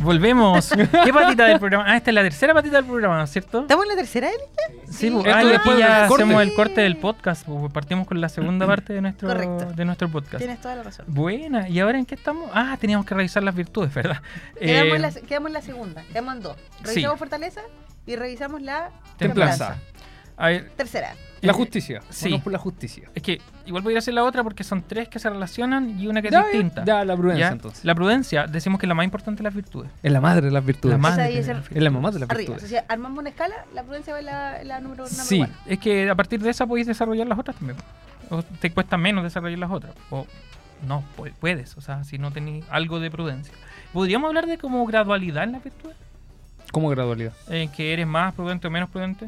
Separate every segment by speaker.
Speaker 1: Volvemos. ¿Qué patita del programa? Ah, esta es la tercera patita del programa, ¿no es ¿cierto?
Speaker 2: ¿Estamos en la tercera, Eli?
Speaker 1: Sí,
Speaker 2: Sí.
Speaker 1: pues,
Speaker 3: Esto
Speaker 1: ah, y
Speaker 3: después
Speaker 1: aquí
Speaker 3: del
Speaker 1: ya
Speaker 3: corte.
Speaker 1: hacemos el corte del podcast. pues, Partimos con la segunda parte de nuestro,
Speaker 2: Correcto.
Speaker 1: de nuestro podcast.
Speaker 2: Tienes toda la razón.
Speaker 1: Buena, ¿y ahora en qué estamos? Ah, teníamos que revisar las virtudes, ¿verdad?
Speaker 2: Quedamos,
Speaker 1: Eh,
Speaker 2: en la, quedamos en la segunda, quedamos en dos. Revisamos fortaleza y revisamos la
Speaker 3: Templanza.
Speaker 1: a ver,
Speaker 2: Tercera.
Speaker 3: La justicia.
Speaker 1: Eh, Sí.
Speaker 3: Vamos por la justicia.
Speaker 1: es que igual podría ser la otra porque son tres que se relacionan y una que es
Speaker 3: Ya,
Speaker 1: distinta.
Speaker 3: ya, la prudencia
Speaker 1: ¿Ya?
Speaker 3: entonces.
Speaker 1: La prudencia, decimos que es la más importante de las virtudes.
Speaker 3: Es la madre de las virtudes.
Speaker 1: La más
Speaker 2: Esa debe ser-
Speaker 3: Es la mamá de las
Speaker 2: Arriba. O
Speaker 3: virtudes.
Speaker 2: sea, armamos una escala, la prudencia va en la, en la número número
Speaker 3: Sí.
Speaker 2: one.
Speaker 1: Es que a partir de esa podéis desarrollar las otras también. O te cuesta menos desarrollar las otras. O no, pu- puedes. O sea, si no tenéis algo de prudencia. ¿Podríamos hablar de como gradualidad en las virtudes?
Speaker 3: ¿Cómo gradualidad?
Speaker 1: Eh, que eres más prudente o menos prudente.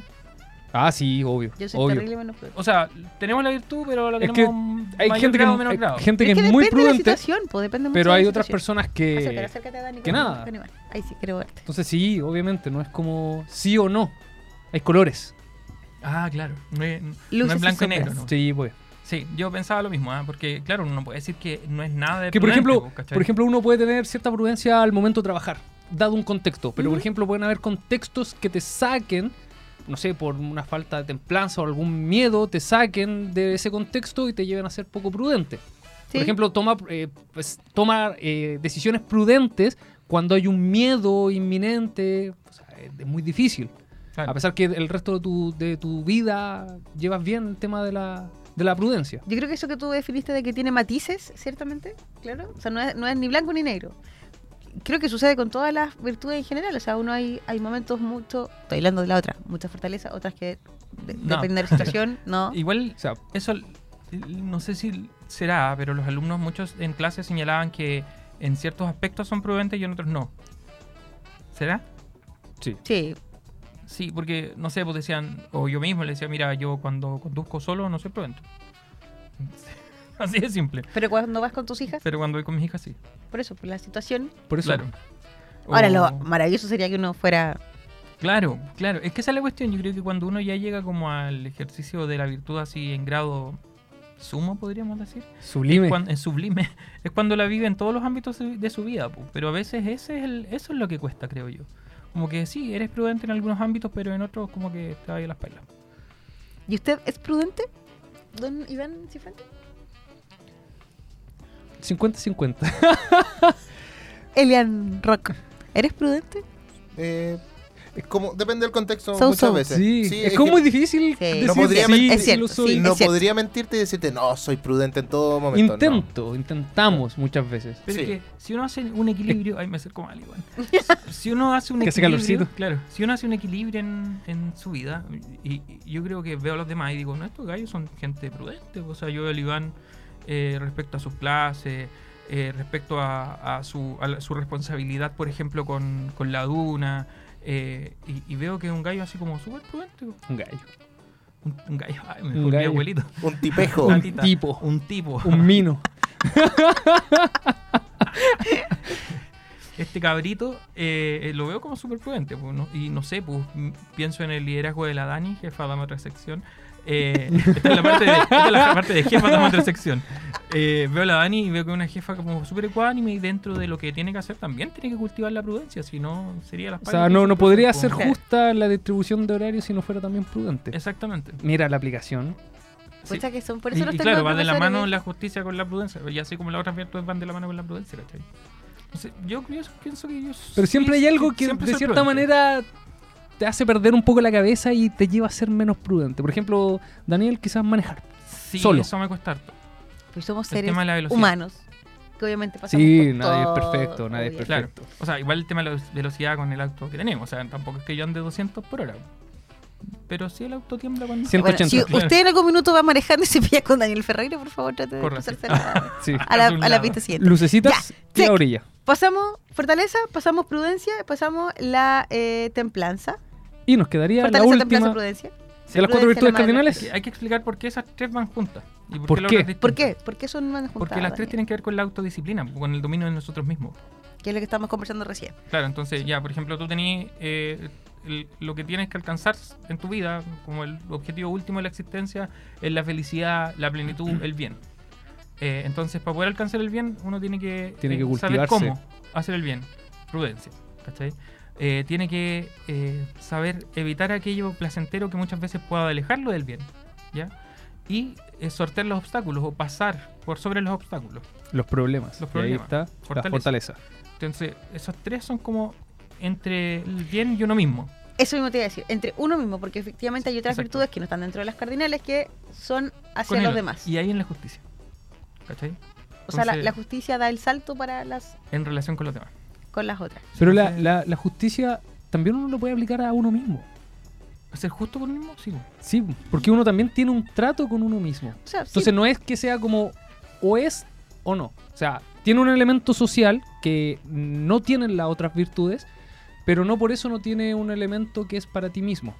Speaker 3: Ah, sí, obvio.
Speaker 2: Yo soy
Speaker 3: obvio.
Speaker 2: terrible menos prudente.
Speaker 1: O sea, tenemos la virtud, pero la
Speaker 3: Es
Speaker 1: tenemos
Speaker 3: que Hay
Speaker 1: mayor
Speaker 3: gente que,
Speaker 1: grado o menos
Speaker 3: hay
Speaker 1: grado.
Speaker 3: gente que es,
Speaker 2: depende
Speaker 3: muy
Speaker 2: de la
Speaker 3: prudente,
Speaker 2: situación, pues, depende mucho de
Speaker 3: pero
Speaker 2: la
Speaker 3: hay otras
Speaker 2: situación.
Speaker 3: personas que...
Speaker 2: Acércate, acércate, Dani,
Speaker 3: que
Speaker 2: con-
Speaker 3: nada.
Speaker 2: con Iván. Ahí sí, quiero verte.
Speaker 3: Entonces sí, obviamente, no es como sí o no. Hay colores.
Speaker 1: Ah, claro. No es, no es
Speaker 2: Luces y
Speaker 1: blanco y negro.
Speaker 2: sombras.
Speaker 1: ¿no? Sí.
Speaker 3: Sí, pues.
Speaker 1: yo pensaba lo mismo, ah, porque claro, uno no puede decir que no es nada de
Speaker 3: Que por
Speaker 1: prudente,
Speaker 3: ejemplo,
Speaker 1: po, ¿cachai?
Speaker 3: por ejemplo, uno puede tener cierta prudencia al momento de trabajar, dado un contexto. Pero por ejemplo, pueden haber contextos que te saquen, no sé, por una falta de templanza o algún miedo, te saquen de ese contexto y te lleven a ser poco prudente.
Speaker 2: Sí.
Speaker 3: Por ejemplo, toma, eh, pues, toma eh, decisiones prudentes cuando hay un miedo inminente. O sea, es es muy difícil.
Speaker 1: Claro.
Speaker 3: A pesar que el resto de tu, de tu vida llevas bien el tema de la, de la prudencia.
Speaker 2: Yo creo que eso que tú definiste de que tiene matices, ciertamente, claro. O sea, no es, no es ni blanco ni negro. Creo que sucede con todas las virtudes en general. O sea, uno hay, hay momentos mucho. Estoy hablando de la otra, muchas fortalezas, otras que de-
Speaker 1: No.
Speaker 2: depende de la situación, no.
Speaker 1: Igual
Speaker 3: O sea,
Speaker 1: Eso l- l- no sé si será, pero los alumnos muchos en clase señalaban que en ciertos aspectos son prudentes y en otros no. ¿Será?
Speaker 3: sí.
Speaker 2: Sí,
Speaker 1: Sí, porque no sé, pues decían, o yo mismo le decía, mira, yo cuando conduzco solo no soy prudente. Así de simple.
Speaker 2: pero cuando vas con tus hijas,
Speaker 1: Pero cuando voy con mis hijas sí.
Speaker 2: por eso, por la situación.
Speaker 3: Por eso.
Speaker 1: Claro.
Speaker 2: Ahora,
Speaker 1: O-
Speaker 2: lo maravilloso sería que uno fuera.
Speaker 1: Claro, claro. Es que esa es la cuestión. Yo creo que cuando uno ya llega como al ejercicio de la virtud así en grado sumo, podríamos decir.
Speaker 3: Sublime.
Speaker 1: cuan- es sublime. Es cuando la vive en todos los ámbitos de de su vida, po. pero a veces ese es el, eso es lo que cuesta, creo yo. Como que sí, eres prudente en algunos ámbitos, pero en otros como que te va a ir las pelas.
Speaker 2: ¿Y usted es prudente? Don Iván Cifrante.
Speaker 3: 50-50.
Speaker 2: Elian Rock. ¿Eres prudente?
Speaker 4: Eh, es como, depende del contexto
Speaker 2: So,
Speaker 4: muchas
Speaker 2: so.
Speaker 4: veces.
Speaker 3: Sí.
Speaker 4: Sí,
Speaker 3: es,
Speaker 4: que
Speaker 3: como muy difícil
Speaker 2: Sí.
Speaker 3: decir
Speaker 4: No podría
Speaker 3: sí,
Speaker 4: mentir.
Speaker 2: Es
Speaker 3: sí
Speaker 2: cierto,
Speaker 3: lo soy.
Speaker 2: sí.
Speaker 4: no
Speaker 2: es cierto.
Speaker 4: podría mentirte y decirte, no, soy prudente en todo momento. no.
Speaker 3: Intento, intentamos muchas veces.
Speaker 1: Pero es
Speaker 4: Sí.
Speaker 1: que si uno hace un equilibrio, ay, me acerco mal igual. Si uno hace un
Speaker 3: Que hace
Speaker 1: equilibrio,
Speaker 3: calorcito.
Speaker 1: claro, si uno hace un equilibrio en, en su vida, y, y yo creo que veo a los demás y digo, no, estos gallos son gente prudente. O sea, yo veo al Iván eh, respecto a sus clases, eh, respecto a, a su, a la- su responsabilidad, por ejemplo, con, con la duna, eh, y, y veo que es un gallo así como súper prudente.
Speaker 3: Un gallo.
Speaker 1: Un, un gallo, ay, me
Speaker 3: Un
Speaker 1: dijo mi
Speaker 3: gallo.
Speaker 1: abuelito.
Speaker 4: Un tipejo.
Speaker 3: Un
Speaker 1: Tatita.
Speaker 3: tipo.
Speaker 1: Un tipo.
Speaker 3: Un mino.
Speaker 1: este cabrito eh, eh, lo veo como súper prudente. pues, ¿no? Y no sé, pues m- pienso en el liderazgo de la Dani, jefa de otra sección. Eh, esta es la parte de, esta es la parte de jefa de otra sección. Eh, veo a la Dani y veo que es una jefa como súper ecuánime y dentro de lo que tiene que hacer también tiene que cultivar la prudencia, si no sería las
Speaker 3: O sea, no, no podría ser justa la distribución de horarios si no fuera también prudente.
Speaker 1: Exactamente.
Speaker 3: Mira la aplicación.
Speaker 1: Sí.
Speaker 2: Pucha que son, por
Speaker 1: Y,
Speaker 2: eso los
Speaker 1: y
Speaker 2: tengo
Speaker 1: claro,
Speaker 2: de
Speaker 1: va de la
Speaker 2: profesores.
Speaker 1: mano la justicia con la prudencia. Y así como las otras virtudes van de la mano con la prudencia, ¿cachai? No sé, yo pienso, pienso que yo
Speaker 3: Pero siempre
Speaker 1: sí,
Speaker 3: hay algo que
Speaker 1: siempre
Speaker 3: de
Speaker 1: soy
Speaker 3: cierta
Speaker 1: prudente.
Speaker 3: manera te hace perder un poco la cabeza y te lleva a ser menos prudente. Por ejemplo, Daniel quizás manejar.
Speaker 1: Sí,
Speaker 3: solo.
Speaker 1: eso me cuesta harto.
Speaker 2: Pues somos
Speaker 1: El
Speaker 2: seres
Speaker 1: tema de la velocidad.
Speaker 2: humanos. Que obviamente pasamos
Speaker 3: Sí,
Speaker 2: por
Speaker 3: nadie
Speaker 2: todo,
Speaker 3: es perfecto, nadie es
Speaker 2: obvio.
Speaker 1: Claro.
Speaker 3: perfecto.
Speaker 1: O sea, igual el tema de la velocidad con el auto que tenemos. O sea, tampoco es que yo ande 200 por hora. Pero sí el auto tiembla cuando...
Speaker 3: Cien-
Speaker 2: Bueno,
Speaker 3: 180.
Speaker 2: si
Speaker 1: Claro.
Speaker 2: usted en algún minuto va manejando y se pilla con Daniel Ferreira, por favor, trate de
Speaker 1: Corra,
Speaker 2: cruzarse a la,
Speaker 3: Sí.
Speaker 2: a la-
Speaker 1: Hacia un
Speaker 2: a la
Speaker 1: lado.
Speaker 2: pista siguiente.
Speaker 3: Ah, Lucecitas y
Speaker 2: check.
Speaker 3: la orilla.
Speaker 2: Pasamos fortaleza, pasamos prudencia, pasamos la eh, templanza.
Speaker 3: Y nos quedaría
Speaker 2: Fortaleza,
Speaker 3: la
Speaker 2: templanza,
Speaker 3: última
Speaker 2: prudencia.
Speaker 3: de las
Speaker 2: Prudencia,
Speaker 3: cuatro virtudes
Speaker 2: la madre.
Speaker 3: cardinales.
Speaker 1: Que Hay que explicar por qué esas tres van juntas. Y por,
Speaker 3: ¿Por
Speaker 1: qué la
Speaker 3: qué?
Speaker 1: otra es distinta.
Speaker 2: ¿Por qué? ¿Por qué son más juntadas?
Speaker 1: Porque las tres
Speaker 2: Daniel?
Speaker 1: tienen que ver con la autodisciplina, con el dominio de nosotros mismos.
Speaker 2: Que es lo que estamos conversando recién.
Speaker 1: Claro, entonces ya, por ejemplo, tú tenías eh, el- lo que tienes que alcanzar en tu vida, como el objetivo último de la existencia, es la felicidad, la plenitud,
Speaker 3: Mm.
Speaker 1: el bien. Eh, entonces, para poder alcanzar el bien, uno tiene que,
Speaker 3: Tiene que
Speaker 1: eh,
Speaker 3: cultivarse.
Speaker 1: saber cómo hacer el bien. Prudencia, ¿cachai? Eh, tiene que eh, saber evitar aquello placentero que muchas veces pueda alejarlo del bien, ¿ya? Y eh, sortear los obstáculos o pasar por sobre los obstáculos.
Speaker 3: Los problemas.
Speaker 1: Los
Speaker 3: Y ahí
Speaker 1: problemas.
Speaker 3: está la
Speaker 1: Fortaleza.
Speaker 3: fortaleza.
Speaker 1: Entonces, esos tres son como entre el bien y uno mismo.
Speaker 2: Eso mismo te iba a decir, entre uno mismo, porque efectivamente hay otras
Speaker 1: Exacto.
Speaker 2: virtudes que no están dentro de las cardinales que son hacia
Speaker 1: con
Speaker 2: los
Speaker 1: el-
Speaker 2: demás.
Speaker 1: Y ahí en la justicia. ¿Cachai?
Speaker 2: o sea, la,
Speaker 1: entonces-
Speaker 2: la justicia da el salto para las
Speaker 1: En relación con los demás.
Speaker 2: con las otras.
Speaker 3: Pero la, la- la justicia también uno lo puede aplicar a uno mismo.
Speaker 1: ¿Ser justo por uno mismo? Sí.
Speaker 3: Sí, porque uno también tiene un trato con uno mismo.
Speaker 2: O sea, sí,
Speaker 3: Entonces no es que sea como o es o no. O sea, tiene un elemento social que no tienen las otras virtudes, pero no por eso no tiene un elemento que es para ti mismo.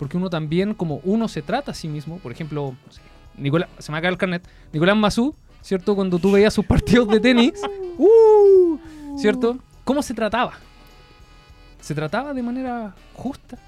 Speaker 3: Porque uno también, como uno se trata a sí mismo, por ejemplo, no sé, Nicolás, se me acaba el carnet, Nicolás Mazú, ¿cierto? Cuando tú veías sus partidos de tenis, ¡uh! ¿cierto? ¿Cómo se trataba? Se trataba de manera justa.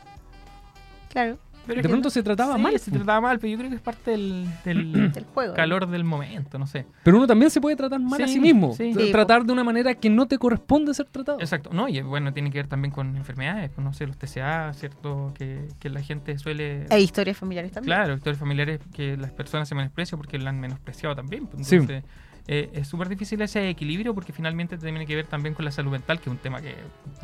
Speaker 2: claro,
Speaker 1: Pero es
Speaker 3: de
Speaker 1: que
Speaker 3: pronto
Speaker 1: no-
Speaker 3: se trataba
Speaker 1: sí,
Speaker 3: mal. pues.
Speaker 1: Se trataba mal, pero yo creo que es parte del, del
Speaker 2: el juego. ¿no?
Speaker 1: calor del momento, no sé.
Speaker 3: Pero uno también se puede tratar mal a
Speaker 1: Sí,
Speaker 3: sí mismo.
Speaker 1: sí.
Speaker 3: Tr-
Speaker 2: Sí,
Speaker 3: Tratar de una manera que no te corresponde ser tratado.
Speaker 1: Exacto. No, y eh, bueno, tiene que ver también con enfermedades, con, no sé, los TCA, ¿cierto? Que, que la gente suele...
Speaker 2: E historias familiares también.
Speaker 1: Claro, historias familiares que las personas se menosprecian porque la han menospreciado también. pues,
Speaker 3: Sí.
Speaker 1: Entonces, eh, es súper difícil ese equilibrio porque finalmente tiene que ver también con la salud mental, que es un tema que...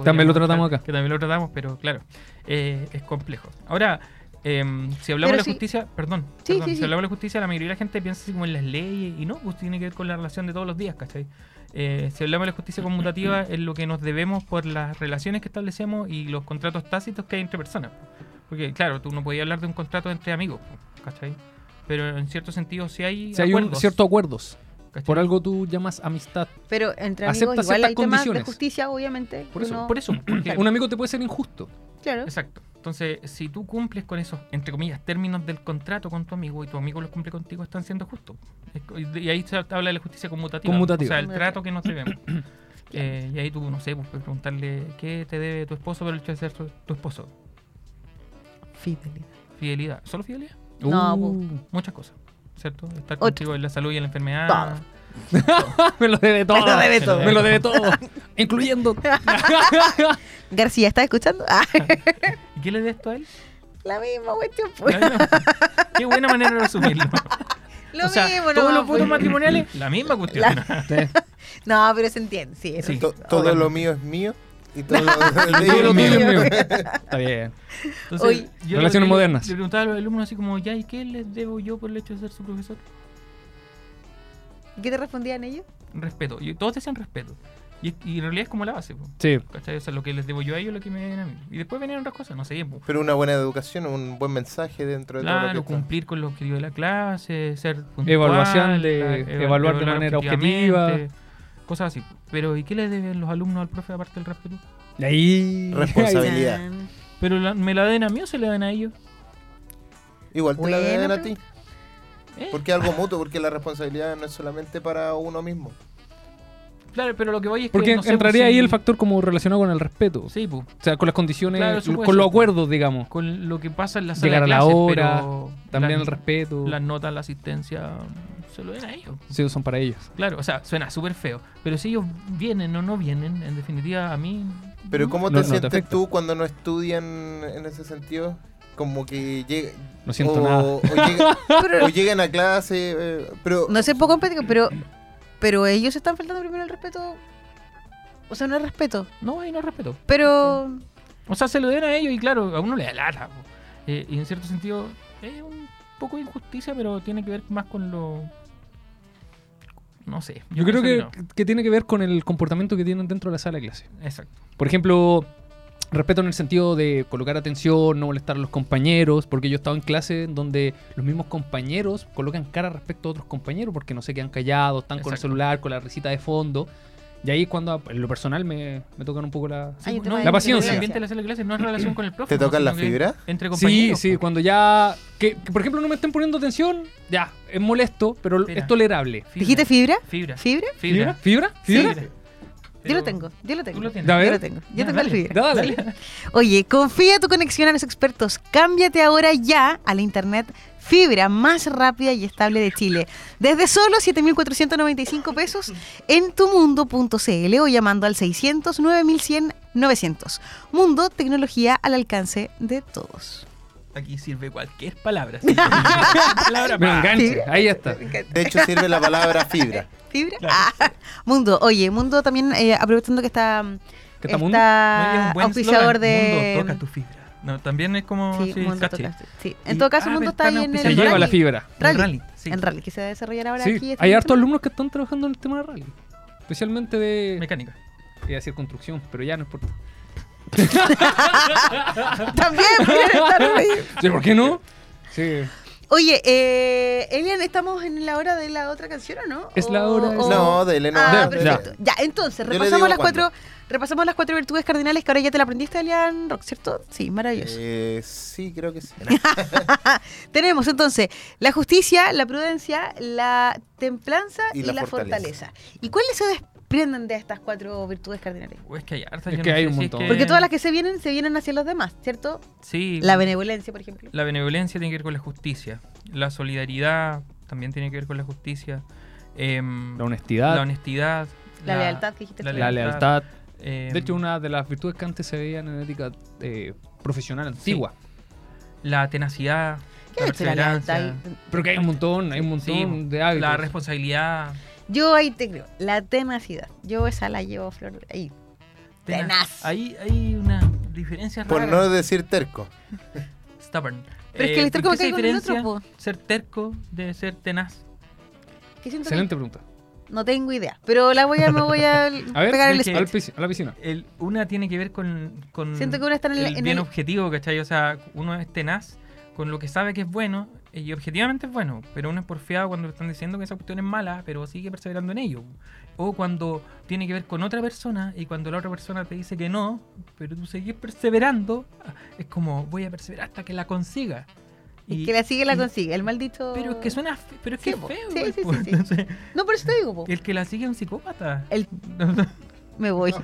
Speaker 3: También
Speaker 1: podríamos
Speaker 3: lo tratamos
Speaker 1: tratar,
Speaker 3: acá.
Speaker 1: Que también lo tratamos, pero claro, eh, es complejo. Ahora, em, si hablamos de
Speaker 2: Pero
Speaker 1: la
Speaker 2: sí.
Speaker 1: justicia, perdón,
Speaker 2: Sí,
Speaker 1: perdón,
Speaker 2: sí,
Speaker 1: si
Speaker 2: sí.
Speaker 1: hablamos de la justicia, la mayoría de la gente piensa así como en las leyes y no, pues tiene que ver con la relación de todos los días, ¿cachai? Eh, si hablamos de la justicia conmutativa, es lo que nos debemos por las relaciones que establecemos y los contratos tácitos que hay entre personas. Porque, claro, tú no podías hablar de un contrato entre amigos, ¿cachai? Pero en cierto sentido sí hay
Speaker 3: Si hay un
Speaker 1: acuerdos,
Speaker 3: cierto acuerdos.
Speaker 1: ¿cachai?
Speaker 3: Por algo tú llamas amistad.
Speaker 2: Pero entre
Speaker 3: Acepta
Speaker 2: amigos igual
Speaker 3: ciertas
Speaker 2: hay temas de
Speaker 3: condiciones.
Speaker 2: justicia, obviamente.
Speaker 1: Por
Speaker 2: que
Speaker 1: eso,
Speaker 2: uno-
Speaker 1: por eso. porque-
Speaker 3: Un amigo te puede ser injusto.
Speaker 2: Claro.
Speaker 1: Exacto. Entonces, si tú cumples con esos, entre comillas, términos del contrato con tu amigo y tu amigo los cumple contigo, están siendo justos. Es co- Y ahí se habla de la justicia conmutativa.
Speaker 3: Conmutativa.
Speaker 1: O sea, el
Speaker 2: Conmutativa.
Speaker 1: trato que nos debemos. Eh, y ahí tú, no sé, pues, puedes preguntarle qué te debe tu esposo por el hecho de ser tu, tu esposo.
Speaker 2: Fidelidad.
Speaker 1: Fidelidad. ¿Solo fidelidad?
Speaker 2: No,
Speaker 3: Uh,
Speaker 1: Muchas cosas. ¿Cierto? Estar
Speaker 2: Otra.
Speaker 1: contigo en la salud y en la enfermedad.
Speaker 2: Todo.
Speaker 3: me lo debe todo.
Speaker 2: Me lo debe
Speaker 1: todo.
Speaker 3: Me lo debe todo. Incluyendo.
Speaker 2: García, ¿estás escuchando? Ah,
Speaker 1: ¿Y qué le debes tú a él?
Speaker 2: la misma cuestión. pues.
Speaker 1: Qué buena manera de resumirlo.
Speaker 2: Lo
Speaker 1: o sea,
Speaker 2: mismo,
Speaker 1: todos
Speaker 2: no,
Speaker 1: los votos
Speaker 2: pues.
Speaker 1: matrimoniales, la misma cuestión.
Speaker 2: No, pero se entiende, sí. eso
Speaker 1: Sí.
Speaker 4: To- todo lo mío es mío y todo lo de
Speaker 3: Todo
Speaker 4: ellos
Speaker 3: lo
Speaker 4: es
Speaker 3: tuyo
Speaker 4: mío.
Speaker 3: es mío. Está bien.
Speaker 1: Entonces,
Speaker 2: Hoy-
Speaker 1: yo
Speaker 3: Relaciones
Speaker 1: le-
Speaker 3: modernas.
Speaker 1: Le preguntaba a los alumnos así como, ya, ¿y qué les debo yo por el hecho de ser su profesor?
Speaker 2: ¿Qué te respondían ellos?
Speaker 1: Respeto. Y todos decían respeto. Y, es- y en realidad es como la base, po,
Speaker 3: Sí.
Speaker 1: ¿cachai? O sea, lo que les debo yo a ellos, lo que me deben a mí. Y después venían otras cosas, no sé, po.
Speaker 4: Pero una buena educación, un buen mensaje dentro de todo
Speaker 1: Claro,
Speaker 4: lo que está.
Speaker 1: cumplir con los objetivos de la clase, ser puntual,
Speaker 3: Evaluación de-
Speaker 1: la-
Speaker 3: evaluar de manera objetiva.
Speaker 1: objetivamente, Cosas así. Pero, ¿y qué le deben los alumnos al profe aparte del respeto?
Speaker 3: Y Ahí.
Speaker 4: Responsabilidad.
Speaker 1: ¿Pero la- me la den a mí o se la den a ellos?
Speaker 4: Igual te la
Speaker 2: Buena
Speaker 4: deben a ti.
Speaker 2: pregunta.
Speaker 1: ¿Eh?
Speaker 4: Porque es algo mutuo, porque la responsabilidad no es solamente para uno mismo.
Speaker 1: Claro, pero lo que voy es que,
Speaker 3: Porque
Speaker 1: no sé,
Speaker 3: entraría
Speaker 1: pues,
Speaker 3: ahí
Speaker 1: si-
Speaker 3: el factor como relacionado con el respeto.
Speaker 1: Sí, pues.
Speaker 3: O sea, con las condiciones,
Speaker 1: Claro, eso puede
Speaker 3: con los
Speaker 1: ser.
Speaker 3: acuerdos, digamos.
Speaker 1: con lo que pasa en la sala
Speaker 3: Llegar
Speaker 1: de
Speaker 3: a la
Speaker 1: clases,
Speaker 3: hora,
Speaker 1: pero
Speaker 3: También
Speaker 1: las-
Speaker 3: el respeto.
Speaker 1: Las notas, la asistencia, se lo den a ellos.
Speaker 3: Sí, son para ellos.
Speaker 1: Claro, o sea, suena súper feo. Pero si ellos vienen o no vienen, en definitiva, a mí.
Speaker 4: Pero
Speaker 1: no.
Speaker 4: ¿cómo te
Speaker 3: No, no te
Speaker 4: sientes
Speaker 3: afecta.
Speaker 4: tú cuando no estudian en ese sentido? Como que llega...
Speaker 3: No siento
Speaker 4: o,
Speaker 3: nada.
Speaker 4: o llega- o llegan a clase, eh, pero...
Speaker 2: No sé poco empático, pero, pero ellos están faltando primero el respeto. O sea, no es respeto,
Speaker 1: No, ahí no respeto.
Speaker 2: pero
Speaker 1: O sea, se lo den a ellos y, claro, a uno le da lata. po. Eh, y en cierto sentido, es un poco de injusticia, pero tiene que ver más con lo. No sé.
Speaker 3: Yo creo que,
Speaker 1: pienso
Speaker 3: que tiene que ver con el comportamiento que tienen dentro de la sala de clase.
Speaker 1: no. Exacto.
Speaker 3: Por ejemplo, respeto en el sentido de colocar atención, no molestar a los compañeros, porque yo he estado en clase en donde los mismos compañeros colocan cara respecto a otros compañeros porque no se quedan callados, están con el
Speaker 1: Exacto.
Speaker 3: celular, con la risita de fondo. Y ahí es cuando, a- en lo personal, me, me tocan un poco la...
Speaker 2: Hay un
Speaker 1: po,
Speaker 2: tema de
Speaker 1: y
Speaker 3: La paciencia.
Speaker 1: El ambiente de la sala de clases no es relación con el profe.
Speaker 4: ¿Te
Speaker 1: po,
Speaker 4: tocan la
Speaker 1: sino que
Speaker 4: fibra?
Speaker 1: Entre
Speaker 3: Sí,
Speaker 1: compañeros. pues.
Speaker 3: sí,
Speaker 1: po.
Speaker 3: cuando ya... Que, que, por ejemplo no me estén poniendo atención, ya, es molesto, pero
Speaker 1: Espera.
Speaker 3: es tolerable.
Speaker 1: Fibra,
Speaker 2: dijiste fibra,
Speaker 1: Fibra.
Speaker 2: fibra.
Speaker 1: Fibra.
Speaker 3: ¿Fibra? ¿Fibra?
Speaker 2: Yo lo
Speaker 1: pero-
Speaker 2: tengo, yo lo tengo.
Speaker 1: lo tienes?
Speaker 3: A
Speaker 2: Yo
Speaker 3: ver.
Speaker 2: lo tengo. Yo
Speaker 1: Ya,
Speaker 2: tengo
Speaker 1: dale,
Speaker 2: el fibra.
Speaker 3: Dale.
Speaker 2: Oye, confía tu conexión a los expertos. Cámbiate ahora ya a la internet fibra más rápida y estable de Chile. Desde solo 7.495 pesos en tumundo.cl o llamando al 600 9100 900. Mundo, tecnología al alcance de todos.
Speaker 1: Aquí sirve cualquier palabra. sí. palabra
Speaker 3: Me
Speaker 1: pa.
Speaker 3: enganche. Ahí está.
Speaker 4: eh, De hecho, sirve la palabra fibra.
Speaker 2: ¿Fibra? Ah, mundo, oye, Mundo también, eh, aprovechando que está,
Speaker 3: ¿Qué está mundo?
Speaker 2: está
Speaker 1: Oye, un buen
Speaker 2: auspiciador
Speaker 1: eslogan,
Speaker 2: de...
Speaker 1: Mundo toca tu fibra. No, también es como.
Speaker 2: Sí,
Speaker 1: sí,
Speaker 2: Mundo
Speaker 1: catchy.
Speaker 2: toca- sí. En
Speaker 1: Y-
Speaker 2: todo caso,
Speaker 1: ah,
Speaker 2: Mundo está
Speaker 1: están
Speaker 2: ahí en el
Speaker 3: Se
Speaker 1: auspiciando.
Speaker 3: lleva la
Speaker 2: rally.
Speaker 3: fibra.
Speaker 1: El
Speaker 2: Rally.
Speaker 1: rally, sí.
Speaker 2: El rally que se va a desarrollar ahora
Speaker 3: Sí,
Speaker 2: aquí. este
Speaker 3: hay
Speaker 2: fin de
Speaker 3: hartos
Speaker 2: semana.
Speaker 3: alumnos que están trabajando en el tema de rally. Especialmente de.
Speaker 1: Mecánica.
Speaker 3: Iba a decir construcción, pero ya no importa.
Speaker 2: También pueden estar ahí.
Speaker 3: Sí, ¿Por qué no? Sí.
Speaker 2: Oye, eh, Elian, ¿estamos en la hora de la otra canción o no?
Speaker 3: Es la
Speaker 2: O-
Speaker 3: hora de-
Speaker 2: o-
Speaker 4: No, de Elena.
Speaker 2: Ah,
Speaker 3: Ya,
Speaker 2: perfecto. Ya, entonces,
Speaker 4: Yo le
Speaker 2: repasamos
Speaker 4: digo
Speaker 2: las
Speaker 4: cuándo.
Speaker 2: cuatro repasamos las cuatro virtudes cardinales que ahora ya te la aprendiste, Elian Rock, ¿cierto? Sí, maravilloso.
Speaker 4: Eh, sí, creo que sí.
Speaker 2: Tenemos entonces la justicia, la prudencia, la templanza y, la, fortaleza. ¿Y cuáles se desprenden de estas cuatro virtudes cardinales?
Speaker 1: O es que hay harta,
Speaker 3: Es
Speaker 1: yo
Speaker 3: que
Speaker 1: no
Speaker 3: hay
Speaker 1: sé
Speaker 3: un
Speaker 1: si es
Speaker 3: montón.
Speaker 1: que-
Speaker 2: Porque todas las que se vienen, se vienen hacia los demás, ¿cierto?
Speaker 1: Sí,
Speaker 2: La benevolencia, por ejemplo.
Speaker 1: la benevolencia tiene que ver con la justicia. La solidaridad también tiene que ver con la justicia. Em,
Speaker 3: La
Speaker 1: la
Speaker 3: honestidad,
Speaker 1: honestidad.
Speaker 2: La lealtad que dijiste
Speaker 1: la
Speaker 3: la,
Speaker 2: tú.
Speaker 3: lealtad.
Speaker 1: em,
Speaker 3: De hecho, una de las virtudes que antes se veían en ética eh, profesional antigua.
Speaker 1: La tenacidad.
Speaker 2: ¿Qué
Speaker 1: la
Speaker 2: es la lealtad?
Speaker 1: perseverancia.
Speaker 3: Pero que hay un montón, hay un montón
Speaker 1: Sí,
Speaker 3: de hábitos.
Speaker 1: La responsabilidad.
Speaker 2: Yo ahí te creo, la tenacidad. Yo esa la llevo flor ahí.
Speaker 1: tena-
Speaker 2: Tenaz.
Speaker 1: Ahí hay una diferencia
Speaker 4: Por
Speaker 1: rara.
Speaker 4: no decir terco.
Speaker 1: Stubborn.
Speaker 2: Pero es que el terco
Speaker 1: ¿por qué
Speaker 2: me
Speaker 1: se
Speaker 2: cae con el otro,
Speaker 1: diferencia Ser terco de ser tenaz.
Speaker 2: Que siento que
Speaker 3: Excelente pregunta.
Speaker 2: no tengo idea, pero la voy a, me voy a,
Speaker 3: A ver,
Speaker 2: pegar el
Speaker 1: ¿de qué?
Speaker 3: Al
Speaker 2: speech.
Speaker 3: pisci- a la piscina.
Speaker 1: El- una tiene que ver con, con
Speaker 2: Siento que uno está en el-
Speaker 1: el
Speaker 2: en
Speaker 1: bien
Speaker 2: el-
Speaker 1: objetivo, ¿cachai? O sea, uno es tenaz con lo que sabe que es bueno eh, y objetivamente es bueno, pero uno es porfiado cuando le están diciendo que esa cuestión es mala, pero sigue perseverando en ello. O cuando tiene que ver con otra persona y cuando la otra persona te dice que no, pero tú seguís perseverando, es como voy a perseverar hasta que la consiga.
Speaker 2: Y
Speaker 1: Y-
Speaker 2: que la sigue la
Speaker 1: y-
Speaker 2: consigue, el maldito.
Speaker 1: Pero es que suena fe- pero es que
Speaker 2: Sí,
Speaker 1: es
Speaker 2: po.
Speaker 1: feo. igual,
Speaker 2: Sí, sí,
Speaker 1: po.
Speaker 2: sí, sí.
Speaker 1: Entonces,
Speaker 2: No, por eso te digo, po.
Speaker 1: el que la sigue es un psicópata.
Speaker 2: El- me voy.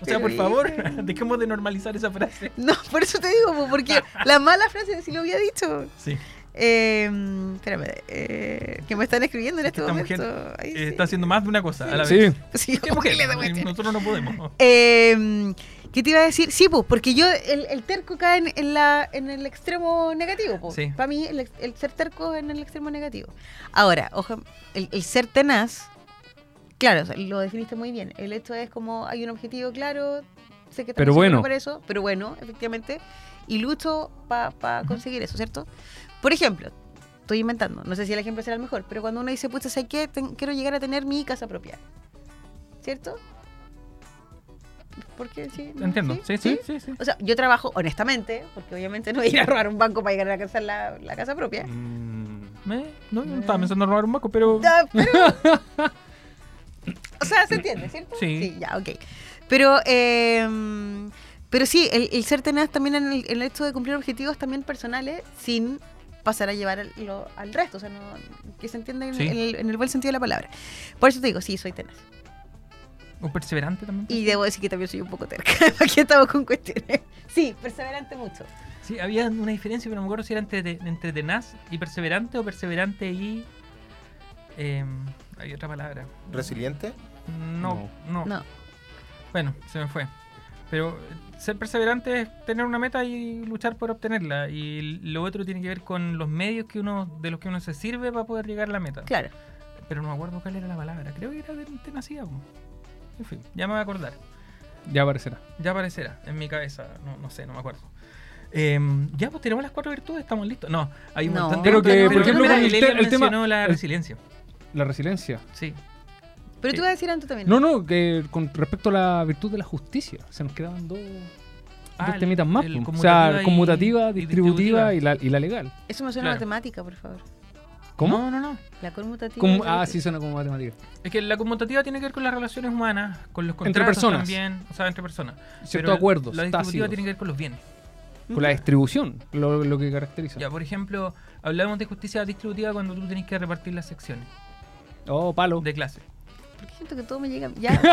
Speaker 1: o sea,
Speaker 2: pero
Speaker 1: por
Speaker 2: y-
Speaker 1: favor, dejemos de normalizar esa frase.
Speaker 2: no, por eso te digo, po, porque la mala frase sí lo había dicho.
Speaker 1: Sí.
Speaker 2: Eh, espérame, eh, que me están escribiendo en este
Speaker 1: Esta
Speaker 2: momento.
Speaker 1: mujer
Speaker 2: Ahí
Speaker 1: eh,
Speaker 2: sí.
Speaker 1: está haciendo más de una cosa a la
Speaker 3: Sí.
Speaker 1: vez.
Speaker 2: Sí,
Speaker 1: ¿Qué mujer?
Speaker 2: miles de cuestiones.
Speaker 1: Nosotros no podemos.
Speaker 2: Eh, ¿Qué te iba a decir? Sí, pues, porque yo, el, el terco cae en, en la, en el extremo negativo.
Speaker 1: Sí.
Speaker 2: Para mí, el, ex- el ser terco es en el extremo negativo. Ahora, ojo, el, el ser tenaz, claro, o sea, lo definiste muy bien. El hecho es como hay un objetivo claro, sé que
Speaker 3: Pero
Speaker 2: trabajo
Speaker 3: bueno.
Speaker 2: para eso, pero bueno, efectivamente, y lucho para
Speaker 1: Ujú.
Speaker 2: conseguir eso, ¿cierto? Por ejemplo, estoy inventando, no sé si el ejemplo será el mejor, pero cuando uno dice, pucha, sé que quiero llegar a tener mi casa propia, ¿cierto? Porque sí. ¿no?
Speaker 1: Entiendo. Sí, sí, sí. sí.
Speaker 2: O sea, yo trabajo honestamente, porque obviamente no voy a ir a robar un banco para llegar a alcanzar la, la casa propia.
Speaker 1: Me- no, no estaba pensando en robar un banco, pero.
Speaker 2: Ya, pero- o sea, se entiende, ¿cierto?
Speaker 1: Sí.
Speaker 2: ya, ok. Pero, eh, pero sí, el, el ser tenaz también en el, en el hecho de cumplir objetivos también personales sin pasar a llevar al, lo- al resto, o sea, no, que se entienda en,
Speaker 1: Sí.
Speaker 2: en el, en el buen sentido de la palabra. Por eso te digo, sí, soy tenaz.
Speaker 1: Un perseverante también.
Speaker 2: Y debo decir que también soy un poco terca, aquí estamos con cuestiones. Sí, perseverante mucho.
Speaker 1: Sí, había una diferencia, pero no me acuerdo si era entre, te- entre tenaz y perseverante o perseverante y. eh, hay otra palabra.
Speaker 4: ¿Resiliente?
Speaker 1: No, no,
Speaker 2: No,
Speaker 1: Bueno, se me fue. Pero eh, ser perseverante es tener una meta y luchar por obtenerla. Y lo otro tiene que ver con los medios que uno de los que uno se sirve para poder llegar a la meta.
Speaker 2: claro.
Speaker 1: Pero no me acuerdo cuál era la palabra. Creo que era de tenacidad. po. En fin, ya me voy a acordar.
Speaker 3: Ya aparecerá.
Speaker 1: Ya aparecerá en mi cabeza. No, no sé, no me acuerdo. Em, ya, pues tenemos las cuatro virtudes, estamos listos. No, hay un
Speaker 2: No.
Speaker 1: montón de
Speaker 2: Pero que,
Speaker 1: virtudes,
Speaker 2: por ejemplo,
Speaker 1: mira,
Speaker 2: con
Speaker 3: el
Speaker 1: Elena
Speaker 3: te- el tema-
Speaker 1: mencionó la
Speaker 3: el-
Speaker 1: resiliencia.
Speaker 3: La resiliencia.
Speaker 1: Sí.
Speaker 2: Pero tú ibas a decir antes también.
Speaker 3: No, no, que con respecto a la virtud de la justicia. Se nos quedaban dos, dos
Speaker 1: Ah, el-
Speaker 3: temitas más.
Speaker 1: el
Speaker 3: po. o sea,
Speaker 1: y-
Speaker 3: conmutativa,
Speaker 1: y
Speaker 3: distributiva y la, y la legal.
Speaker 2: Eso me suena a
Speaker 1: Claro.
Speaker 2: matemática, por favor.
Speaker 3: ¿Cómo?
Speaker 1: No, no, no.
Speaker 2: La conmutativa.
Speaker 3: Como-
Speaker 2: y la
Speaker 3: ah,
Speaker 2: distributiva.
Speaker 3: sí, suena como matemática.
Speaker 1: Es que la conmutativa tiene que ver con las relaciones humanas, con los
Speaker 3: Entre
Speaker 1: contratos
Speaker 3: personas.
Speaker 1: también, o sea, entre personas.
Speaker 3: Ciertos
Speaker 1: Pero
Speaker 3: acuerdos
Speaker 1: La distributiva
Speaker 3: tácitos.
Speaker 1: tiene que ver con los bienes.
Speaker 3: con la distribución, lo, lo que caracteriza.
Speaker 1: Ya, por ejemplo, hablamos de justicia distributiva cuando tú tenés que repartir las secciones
Speaker 3: Oh, palo.
Speaker 1: de clase.
Speaker 2: ¿Por qué siento que todo me llega? Ya.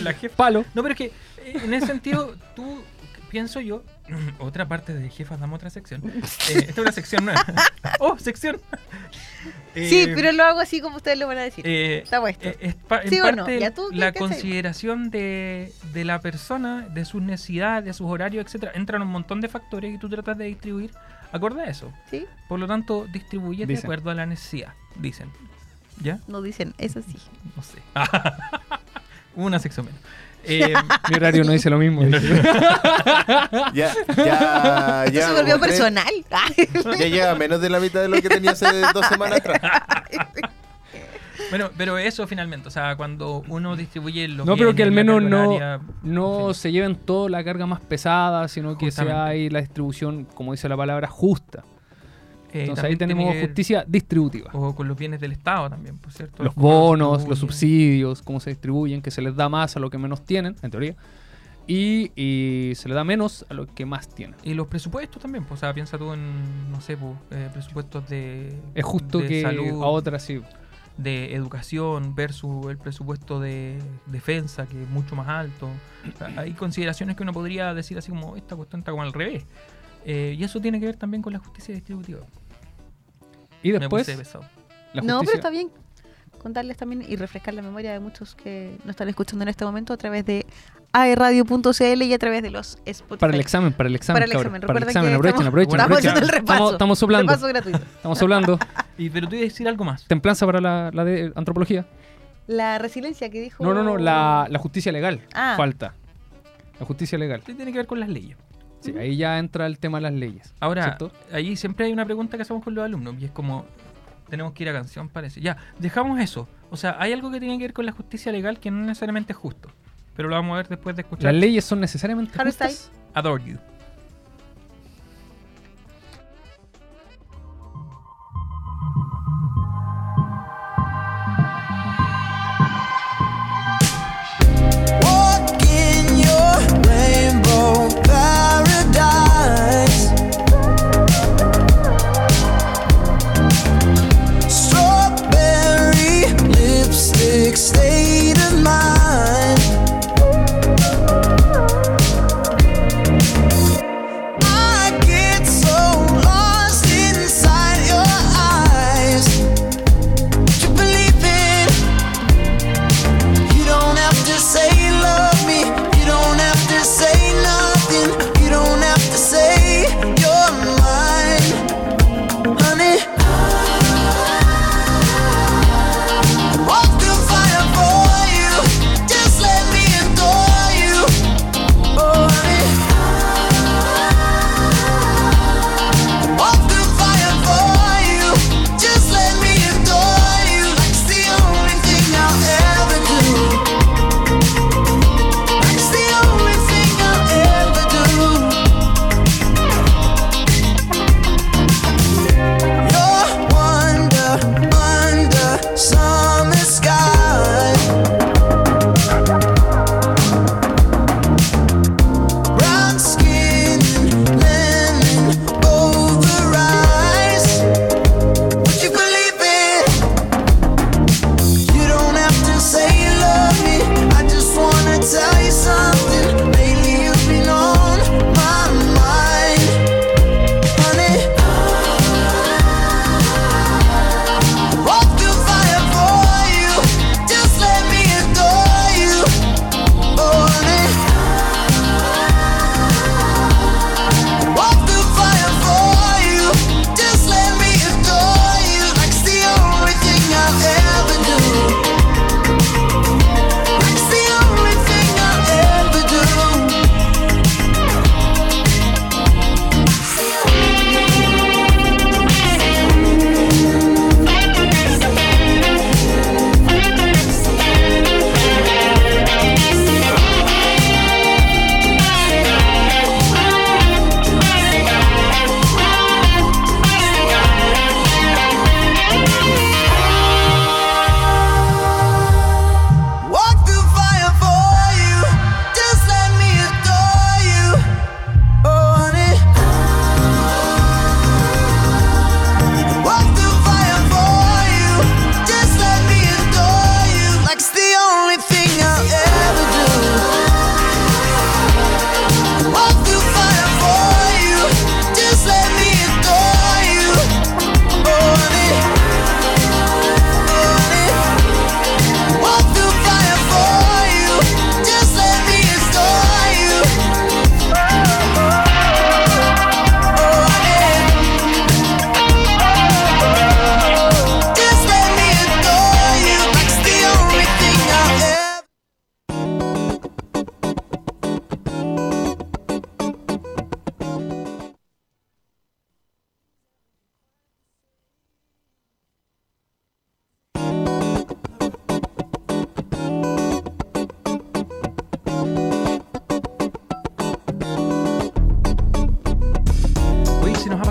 Speaker 1: La jefa.
Speaker 3: Palo.
Speaker 1: No, pero es que eh, en ese sentido, tú, pienso yo, otra parte de jefas damos otra sección. Eh, esta es una sección nueva. ¡Oh, sección!
Speaker 2: sí,
Speaker 1: Eh,
Speaker 2: pero lo hago así como ustedes lo van a decir.
Speaker 1: eh,
Speaker 2: Está puesto.
Speaker 1: eh, es pa- en
Speaker 2: ¿Sí o no?
Speaker 1: parte
Speaker 2: Ya tú, ¿qué
Speaker 1: la
Speaker 2: cachai?
Speaker 1: consideración de, de la persona, de sus necesidades, de sus horarios, etcétera, entran un montón de factores y tú tratas de distribuir acorde a eso.
Speaker 2: ¿Sí?
Speaker 1: Por lo tanto, distribuye de
Speaker 3: Dicen.
Speaker 1: acuerdo a la necesidad, dicen. ¿Ya?
Speaker 2: Nos dicen, eso sí.
Speaker 1: No sé. Una sección menos. Eh,
Speaker 3: Mi horario no dice lo mismo. dice.
Speaker 4: Ya, ya,
Speaker 2: Eso
Speaker 4: ya.
Speaker 2: se volvió
Speaker 4: como tres-
Speaker 2: personal. Ah.
Speaker 4: Ya lleva menos de la mitad de lo que tenía hace dos semanas atrás.
Speaker 1: bueno, pero eso finalmente, o sea, cuando uno distribuye los
Speaker 3: No, pero
Speaker 1: bienes,
Speaker 3: que al
Speaker 1: la
Speaker 3: menos
Speaker 1: carga
Speaker 3: no,
Speaker 1: horaria,
Speaker 3: no
Speaker 1: sí.
Speaker 3: se lleven toda la carga más pesada, sino que sea
Speaker 1: Justamente.
Speaker 3: ahí la distribución, como dice la palabra, justa.
Speaker 1: Eh,
Speaker 3: Entonces ahí
Speaker 1: también tiene
Speaker 3: tenemos
Speaker 1: que ver-
Speaker 3: justicia distributiva.
Speaker 1: O con los bienes del Estado también, por cierto.
Speaker 3: Los bonos,
Speaker 1: contribuyen.
Speaker 3: los subsidios, cómo se distribuyen, que se les da más a los que menos tienen, en teoría, y, y se les da menos a los que más tienen.
Speaker 1: Y los presupuestos también, pues, o sea, piensa tú en, no sé, pues, eh, presupuestos de,
Speaker 3: Es justo
Speaker 1: de
Speaker 3: que
Speaker 1: salud,
Speaker 3: a otras sí.
Speaker 1: de educación versus el presupuesto de defensa, que es mucho más alto. O sea, hay consideraciones que uno podría decir así como, esta cuestión está como al revés. Eh, y eso tiene que ver también con la justicia distributiva.
Speaker 3: Y
Speaker 1: Me
Speaker 3: después,
Speaker 1: puse pesado.
Speaker 3: la
Speaker 2: No, pero
Speaker 3: justicia-
Speaker 2: está bien contarles también y refrescar la memoria de muchos que nos están escuchando en este momento a través de aerradio.cl y a través de los Spotify.
Speaker 3: Para el examen, para el examen,
Speaker 2: Para el
Speaker 3: cabrón,
Speaker 2: examen,
Speaker 3: para el
Speaker 2: recuerden
Speaker 3: examen,
Speaker 2: que
Speaker 3: aprovechen,
Speaker 2: estamos-
Speaker 3: aprovechen,
Speaker 2: estamos
Speaker 3: aprovechen.
Speaker 2: haciendo el repaso.
Speaker 3: Estamos, estamos soplando,
Speaker 2: Repaso gratuito.
Speaker 3: estamos soplando.
Speaker 1: Y, pero tú ibas a decir algo más.
Speaker 3: Templanza para la, la de antropología.
Speaker 2: La resiliencia que dijo.
Speaker 3: No, no, no, la, la justicia legal.
Speaker 2: Uh. Ah.
Speaker 3: Falta. La justicia legal.
Speaker 1: Sí, Tiene que ver con las leyes.
Speaker 3: Sí, ahí ya entra el tema de las leyes.
Speaker 1: Ahora,
Speaker 3: ¿cierto?
Speaker 1: ahí siempre hay una pregunta que hacemos con los alumnos y es como, tenemos que ir a canción, parece. Ya, dejamos eso. O sea, hay algo que tiene que ver con la justicia legal que no necesariamente es justo. Pero lo vamos a ver después de escuchar
Speaker 3: Las leyes son necesariamente
Speaker 2: Harry
Speaker 3: justas.
Speaker 1: Adore You.
Speaker 5: Walk in your rainbow paradise. Strawberry lipstick state of mind. Oh, Oh, Oh,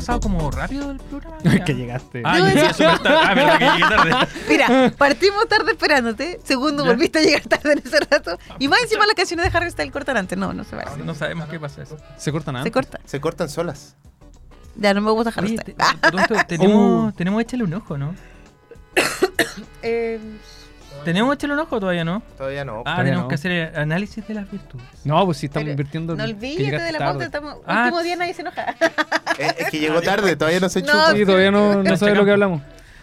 Speaker 5: Oh,
Speaker 1: como rápido el programa.
Speaker 3: que llegaste.
Speaker 1: Ah,
Speaker 2: Debo
Speaker 1: yo llegué
Speaker 2: decir-
Speaker 1: súper tarde. Ah, verdad que llegué tarde.
Speaker 2: Mira, partimos tarde esperándote. Segundo,
Speaker 1: Ya.
Speaker 2: volviste a llegar tarde en ese rato. Y más encima las canciones de Harry Styles cortan antes. No, no se vale.
Speaker 1: No sabemos qué pasa eso.
Speaker 3: ¿Se cortan ah?
Speaker 2: Se
Speaker 3: antes?
Speaker 2: corta.
Speaker 4: Se cortan solas.
Speaker 2: Ya no me gusta Harry
Speaker 1: Oye,
Speaker 2: Styles.
Speaker 1: te- perdón,
Speaker 3: Uh.
Speaker 1: tenemos, tenemos échale un ojo, ¿no?
Speaker 2: Eh,
Speaker 1: Tenemos échale un ojo todavía, ¿no?
Speaker 4: Todavía no.
Speaker 1: Ah,
Speaker 3: Todavía
Speaker 1: tenemos
Speaker 3: no.
Speaker 1: que hacer el análisis de las virtudes.
Speaker 3: No, pues sí, estamos
Speaker 2: Pero
Speaker 3: invirtiendo.
Speaker 2: No
Speaker 3: que
Speaker 2: olvides
Speaker 3: llegaste
Speaker 2: de la
Speaker 3: tarde.
Speaker 2: pauta. Estamos...
Speaker 1: Ah,
Speaker 2: Último día nadie se enoja.
Speaker 4: Eh, es que llegó tarde, todavía no se
Speaker 2: No.
Speaker 4: chupa.
Speaker 3: Ah, Sí, todavía no, no
Speaker 1: Nos
Speaker 3: sabes lo
Speaker 1: checamos.
Speaker 3: que hablamos.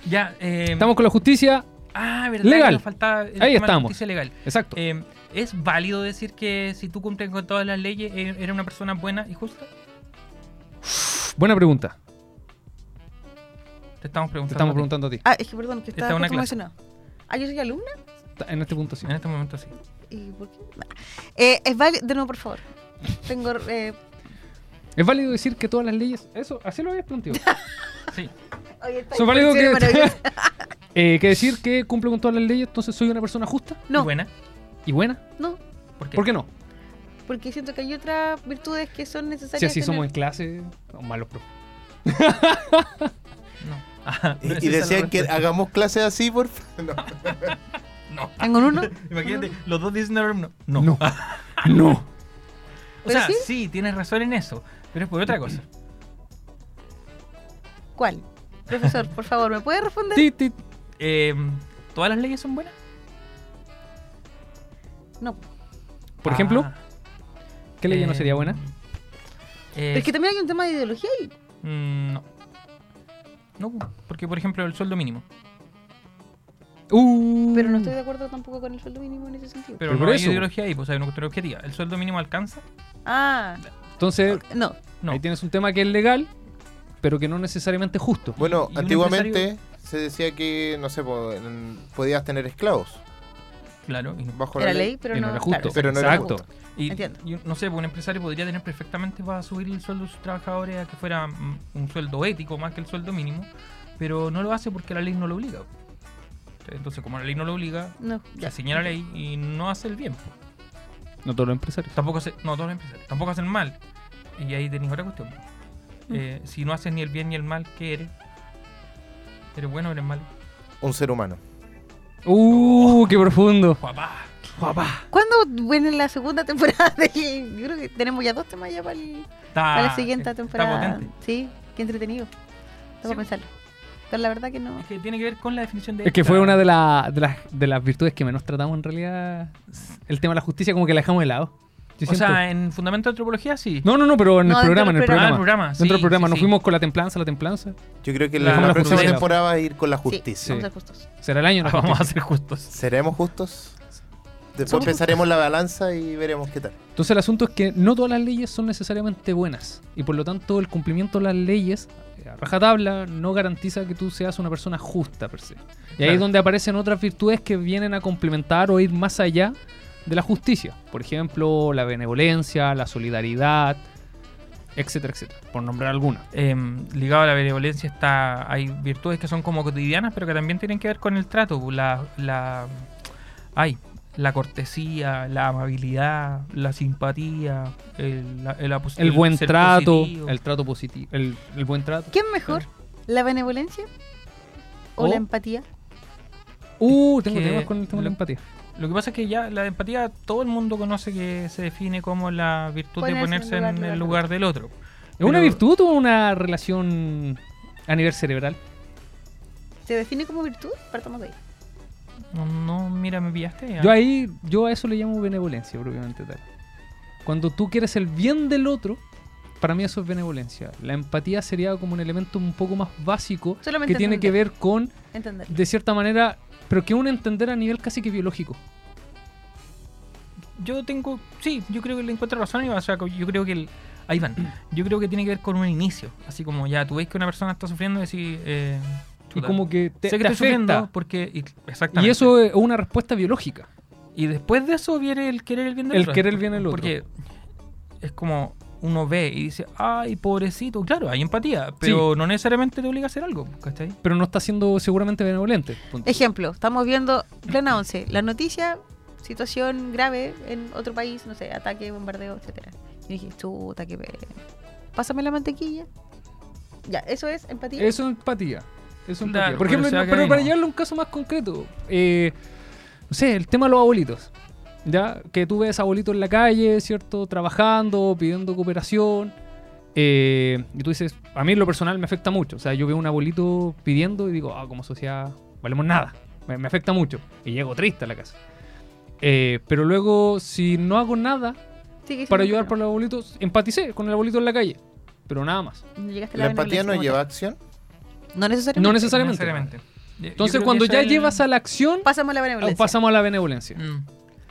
Speaker 1: Ya, eh,
Speaker 3: Estamos con la justicia,
Speaker 1: Ah, verdad. que
Speaker 3: Legal.
Speaker 1: nos faltaba el
Speaker 3: Ahí
Speaker 1: tema de
Speaker 3: estamos.
Speaker 1: justicia legal.
Speaker 3: exacto.
Speaker 1: Eh, ¿Es válido decir que si tú cumples con todas las leyes, eh, eres una persona buena y justa?
Speaker 3: Buena pregunta.
Speaker 1: Te estamos
Speaker 3: Te
Speaker 1: preguntando.
Speaker 3: estamos
Speaker 1: a ti.
Speaker 3: preguntando a ti.
Speaker 2: Ah, es que perdón, que
Speaker 1: Está
Speaker 2: estaba
Speaker 1: una
Speaker 2: justo
Speaker 1: clase.
Speaker 2: emocionado. Ah, yo soy alumna.
Speaker 3: En este punto sí.
Speaker 1: En este momento sí.
Speaker 2: ¿Y por qué? Nah. Eh, es válido. De nuevo, por favor. Tengo. Eh...
Speaker 3: ¿Es válido decir que todas las leyes. Eso, así lo habías planteado.
Speaker 1: Sí.
Speaker 2: Oye, esta
Speaker 3: ¿Es válido
Speaker 2: discusión
Speaker 3: que.
Speaker 2: es maravillosa.
Speaker 3: eh, que decir que cumplo con todas las leyes, entonces soy una persona justa
Speaker 1: ¿Y
Speaker 2: No,
Speaker 1: Buena.
Speaker 3: y buena.
Speaker 2: no.
Speaker 1: ¿Por qué?
Speaker 3: ¿Por qué no?
Speaker 2: Porque siento que hay otras virtudes que son necesarias.
Speaker 3: Si así
Speaker 2: tener.
Speaker 3: somos en clase, no, malos profes.
Speaker 1: No. Ajá, no es
Speaker 4: Y, y
Speaker 1: esa la
Speaker 4: decían que
Speaker 1: respuesta.
Speaker 4: hagamos clases así, por favor. No.
Speaker 1: No.
Speaker 2: ¿Tengo un uno?
Speaker 1: Imagínate, los dos dicen al alumno. No.
Speaker 3: No.
Speaker 1: Ah,
Speaker 3: No.
Speaker 1: o
Speaker 2: ¿Pero
Speaker 1: sea,
Speaker 2: sí?
Speaker 1: sí? tienes razón en eso. Pero es por otra cosa.
Speaker 2: ¿Cuál? Profesor, por favor, ¿me puede responder?
Speaker 3: Ti, ti.
Speaker 1: Eh, ¿Todas las leyes son buenas?
Speaker 2: No.
Speaker 3: Por ejemplo,
Speaker 1: Ah,
Speaker 3: ¿qué ley no
Speaker 1: eh,
Speaker 3: sería buena?
Speaker 1: eh,
Speaker 2: Pero es que también hay un tema de ideología ahí.
Speaker 1: mm, no. No, porque por ejemplo el sueldo mínimo.
Speaker 3: Uh,
Speaker 2: Pero no estoy de acuerdo tampoco con el sueldo mínimo en ese sentido.
Speaker 1: Pero,
Speaker 3: Pero
Speaker 1: no
Speaker 3: por
Speaker 1: hay
Speaker 3: eso.
Speaker 1: ideología ahí, pues hay una cuestión objetiva. ¿El sueldo mínimo alcanza?
Speaker 2: Ah,
Speaker 3: Entonces,
Speaker 2: no.
Speaker 1: No.
Speaker 3: ahí tienes un tema que es legal, pero que no es necesariamente justo.
Speaker 4: Bueno,
Speaker 1: y un
Speaker 4: antiguamente se decía que, no sé, po- en- podías tener esclavos
Speaker 1: Claro. Y, no.
Speaker 4: bajo
Speaker 2: Era
Speaker 4: la ley.
Speaker 2: ley, pero
Speaker 3: que
Speaker 2: no.
Speaker 3: no, era justo.
Speaker 2: claro.
Speaker 4: Pero no era
Speaker 3: Exacto.
Speaker 1: Y-
Speaker 2: Entiendo.
Speaker 1: y un- no sé, pues, un empresario podría tener perfectamente para subir el sueldo de sus trabajadores a que fuera mm, un sueldo ético más que el sueldo mínimo, pero no lo hace porque la ley no lo obliga. Entonces, como la ley no lo obliga,
Speaker 2: No, ya.
Speaker 1: la señala ley y no hace el bien. pues.
Speaker 3: No todos los empresarios.
Speaker 1: Tampoco hace, no, todos los empresarios, tampoco hacen mal. Y ahí tenéis otra cuestión.
Speaker 2: Mm.
Speaker 1: Eh, si no haces ni el bien ni el mal, ¿qué eres? ¿Eres bueno o eres malo?
Speaker 4: un ser humano.
Speaker 3: Uh, qué profundo.
Speaker 1: ¡Papá!
Speaker 2: ¿Cuándo viene la segunda temporada? De... Yo creo que tenemos ya dos temas ya para, el- para la siguiente
Speaker 1: Ah, Está
Speaker 2: temporada.
Speaker 1: potente.
Speaker 2: Sí, qué entretenido.
Speaker 1: Sí.
Speaker 2: Tengo que pensarlo. Pero la verdad que no.
Speaker 1: Es que tiene que ver con la definición de.
Speaker 3: Es que
Speaker 1: ética.
Speaker 3: fue una de, la- de las, de las virtudes que menos tratamos en realidad. El tema de la justicia, como que la dejamos de lado. Yo
Speaker 1: O
Speaker 3: siento-
Speaker 1: sea, en Fundamento de Antropología sí.
Speaker 3: no, no, no, pero en
Speaker 2: No, dentro
Speaker 3: el programa, en
Speaker 2: del
Speaker 3: el
Speaker 1: Ah,
Speaker 3: programa.
Speaker 1: el programa.
Speaker 3: Dentro del
Speaker 1: sí,
Speaker 3: programa,
Speaker 1: sí,
Speaker 3: nos
Speaker 1: sí.
Speaker 3: fuimos con la templanza, la templanza.
Speaker 4: Yo creo que
Speaker 1: La-
Speaker 4: la,
Speaker 1: la
Speaker 4: la próxima
Speaker 3: justicia.
Speaker 4: temporada va a ir con la
Speaker 2: Sí,
Speaker 4: justicia.
Speaker 2: vamos a ser justos.
Speaker 3: Será el año,
Speaker 1: Ah,
Speaker 3: ¿no?
Speaker 1: vamos a ser justos.
Speaker 4: ¿Seremos justos? Después
Speaker 2: Somos
Speaker 4: pensaremos la balanza y veremos qué tal.
Speaker 3: Entonces el asunto es que no todas las leyes son necesariamente buenas y por lo tanto el cumplimiento de las leyes eh, a rajatabla no garantiza que tú seas una persona justa per se. Y ahí
Speaker 1: Claro.
Speaker 3: es donde aparecen otras virtudes que vienen a complementar o ir más allá de la justicia. Por ejemplo, la benevolencia, la solidaridad, etcétera, etcétera, por nombrar alguna.
Speaker 1: Em, ligado a la benevolencia está hay virtudes que son como cotidianas, pero que también tienen que ver con el trato, pues, la, la, ay, la cortesía, la amabilidad, la simpatía, el, la- el apos-
Speaker 3: El,
Speaker 1: el
Speaker 3: buen
Speaker 1: ser
Speaker 3: trato,
Speaker 1: positivo.
Speaker 3: el trato positivo, el, el buen trato.
Speaker 2: ¿Quién mejor? ¿La benevolencia? ¿O,
Speaker 3: O-
Speaker 2: la empatía?
Speaker 3: Uh, tengo
Speaker 1: que
Speaker 3: temas con el tema de la
Speaker 1: lo-
Speaker 3: empatía.
Speaker 1: Lo que pasa es que ya la empatía todo el mundo conoce que se define como la virtud de ponerse
Speaker 2: Ponerse en
Speaker 1: en,
Speaker 2: lugar del
Speaker 1: el lugar del otro.
Speaker 2: otro.
Speaker 3: ¿Es una
Speaker 1: Pero-
Speaker 3: virtud o una relación a nivel cerebral?
Speaker 2: ¿Se define como virtud? Partamos de ahí.
Speaker 1: No, no, mira, me pillaste.
Speaker 3: Yo ahí, yo a eso le llamo benevolencia propiamente tal. Cuando tú quieres el bien del otro, para mí eso es benevolencia. La empatía sería como un elemento un poco más básico
Speaker 2: Solamente
Speaker 3: que tiene que ver con,
Speaker 2: Entender.
Speaker 3: de cierta manera, pero que un entender a nivel casi que biológico.
Speaker 1: Yo tengo, sí, yo creo que le encuentro razón, Iván, o sea, yo creo que el, ahí van, yo creo que tiene que ver con un inicio, así como ya tú ves que una persona está sufriendo y decís, eh,
Speaker 3: Y
Speaker 1: chuta,
Speaker 3: como que te,
Speaker 1: sé que
Speaker 3: te
Speaker 1: estoy sufriendo
Speaker 3: afecta.
Speaker 1: porque, y, exactamente.
Speaker 3: Y eso es una respuesta biológica.
Speaker 1: Y después de eso viene el querer el bien del
Speaker 3: El
Speaker 1: otro.
Speaker 3: querer el bien del otro.
Speaker 1: Porque es como uno ve y dice, ay, pobrecito, claro, hay empatía, pero no necesariamente te obliga a hacer algo, ¿cachai?
Speaker 3: Pero no está siendo seguramente benevolente. punto.
Speaker 2: Ejemplo, estamos viendo Plana 11, la noticia, situación grave en otro país, no sé, ataque, bombardeo, etcétera. Y dije, chuta, que pena. Pásame la mantequilla. Ya, eso es empatía.
Speaker 3: Eso es empatía. Eso es
Speaker 1: Claro,
Speaker 3: empatía. Por
Speaker 1: pero
Speaker 3: ejemplo,
Speaker 1: se va a
Speaker 3: pero
Speaker 1: quedar
Speaker 3: para
Speaker 1: ahí, ¿no?
Speaker 3: llevarlo a un caso más concreto, eh, no sé, el tema de los abuelitos. ¿Ya? Que tú ves abuelitos en la calle, ¿cierto? Trabajando, pidiendo cooperación. eh, y tú dices, a mí en lo personal me afecta mucho. O sea, yo veo un abuelito pidiendo y digo, ah, como sociedad, valemos nada. Me, me afecta mucho. Y llego triste a la casa. Eh, pero luego, si no hago nada
Speaker 2: Sigue siendo
Speaker 3: para ayudar por
Speaker 2: empatía.
Speaker 3: los abuelitos, empaticé con el abuelito en la calle. Pero nada más.
Speaker 2: No llegaste a
Speaker 4: ¿La empatía
Speaker 2: violencia
Speaker 4: no
Speaker 2: como
Speaker 4: lleva
Speaker 2: tal.
Speaker 4: a acción?
Speaker 2: No necesariamente.
Speaker 3: No necesariamente. Entonces, cuando ya llevas a la acción,
Speaker 2: Pasamos a la benevolencia.
Speaker 3: pasamos a la benevolencia.
Speaker 1: Mm.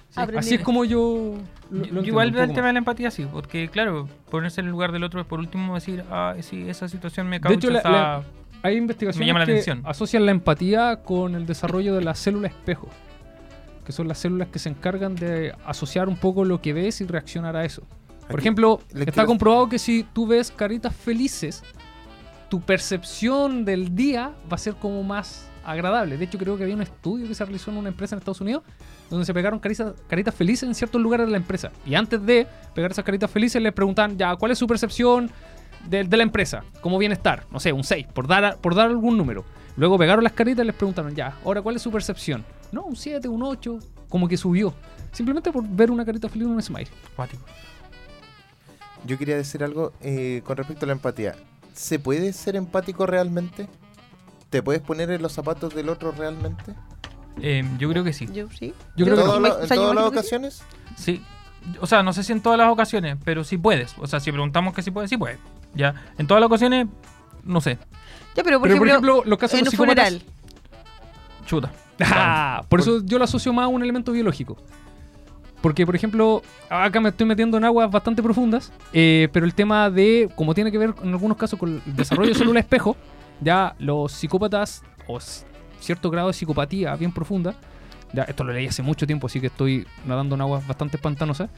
Speaker 2: Sí. Aprendí.
Speaker 3: Así es como yo. lo- lo
Speaker 1: Yo
Speaker 3: entiendo
Speaker 1: igual
Speaker 3: un
Speaker 1: veo el
Speaker 3: poco
Speaker 1: tema
Speaker 3: más.
Speaker 1: de la empatía, sí, porque claro, ponerse en el lugar del otro es por último decir, ah, sí, esa situación me causa.
Speaker 3: hecho, la-
Speaker 1: esa-
Speaker 3: la- Hay investigaciones
Speaker 1: Me llama la
Speaker 3: que
Speaker 1: atención.
Speaker 3: asocian la empatía con el desarrollo de la célula espejo, que son las células que se encargan de asociar un poco lo que ves y reaccionar a eso. Por
Speaker 4: Aquí
Speaker 3: ejemplo,
Speaker 4: le
Speaker 3: está
Speaker 4: quiero-
Speaker 3: comprobado que si tú ves caritas felices, tu percepción del día va a ser como más agradable. De hecho, creo que había un estudio que se realizó en una empresa en Estados Unidos donde se pegaron caritas, caritas felices en ciertos lugares de la empresa. Y antes de pegar esas caritas felices, les preguntaban ya cuál es su percepción de, de la empresa, como bienestar. No sé, un 6, por dar, a- por dar algún número. Luego pegaron las caritas y les preguntaron ya, ahora cuál es su percepción. No, un 7, un 8, como que subió. Simplemente por ver una carita feliz en un smile.
Speaker 1: Cuático.
Speaker 4: Yo quería decir algo eh, con respecto a la empatía. ¿Se puede ser empático realmente? ¿Te puedes poner en los zapatos del otro realmente?
Speaker 1: Eh, yo creo que sí.
Speaker 2: Yo sí.
Speaker 3: Yo creo
Speaker 4: ¿En
Speaker 3: que
Speaker 4: todo
Speaker 2: no.
Speaker 3: no.
Speaker 4: lo-
Speaker 2: O
Speaker 4: ¿En
Speaker 2: sea, yo
Speaker 4: todas las
Speaker 2: imagino que sí.
Speaker 4: ocasiones?
Speaker 1: Sí. O sea, no sé si en todas las ocasiones, pero si puedes. O sea, si preguntamos que si puedes, sí puedes. Ya. En todas las ocasiones, no sé.
Speaker 2: Ya, pero por
Speaker 3: Pero, por
Speaker 2: ejemplo,
Speaker 3: ejemplo, los casos de
Speaker 2: en
Speaker 3: los
Speaker 2: un
Speaker 3: psicópatas-
Speaker 2: funeral.
Speaker 1: Chuta.
Speaker 3: Ah, por eso yo lo asocio más a un elemento biológico. Porque, por ejemplo, acá me estoy metiendo en aguas bastante profundas, eh, pero el tema de, como tiene que ver en algunos casos con el desarrollo de célula espejo, ya los psicópatas o s- cierto grado de psicopatía bien profunda, ya, esto lo leí hace mucho tiempo, así que estoy nadando en aguas bastante pantanosas,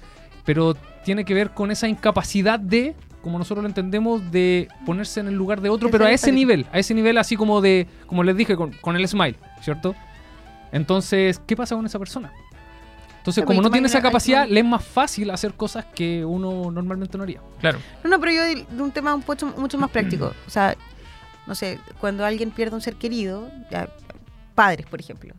Speaker 3: pero tiene que ver con esa incapacidad de, como nosotros lo entendemos, de ponerse en el lugar de otro,
Speaker 2: De
Speaker 3: pero a
Speaker 2: ser
Speaker 3: ese
Speaker 2: empático.
Speaker 3: nivel, a ese nivel así como de, como les dije, con, con el smile, ¿cierto? Entonces, ¿qué pasa con esa persona? Entonces,
Speaker 2: Claro,
Speaker 3: como
Speaker 2: y
Speaker 3: no
Speaker 2: tomar
Speaker 3: tiene
Speaker 2: una
Speaker 3: esa capacidad,
Speaker 2: acción.
Speaker 3: le es más fácil hacer cosas que uno normalmente no haría.
Speaker 1: Claro.
Speaker 2: No, no, pero yo de, de un tema un poco, mucho más práctico. O sea, no sé, cuando alguien pierde un ser querido, ya, padres, por ejemplo.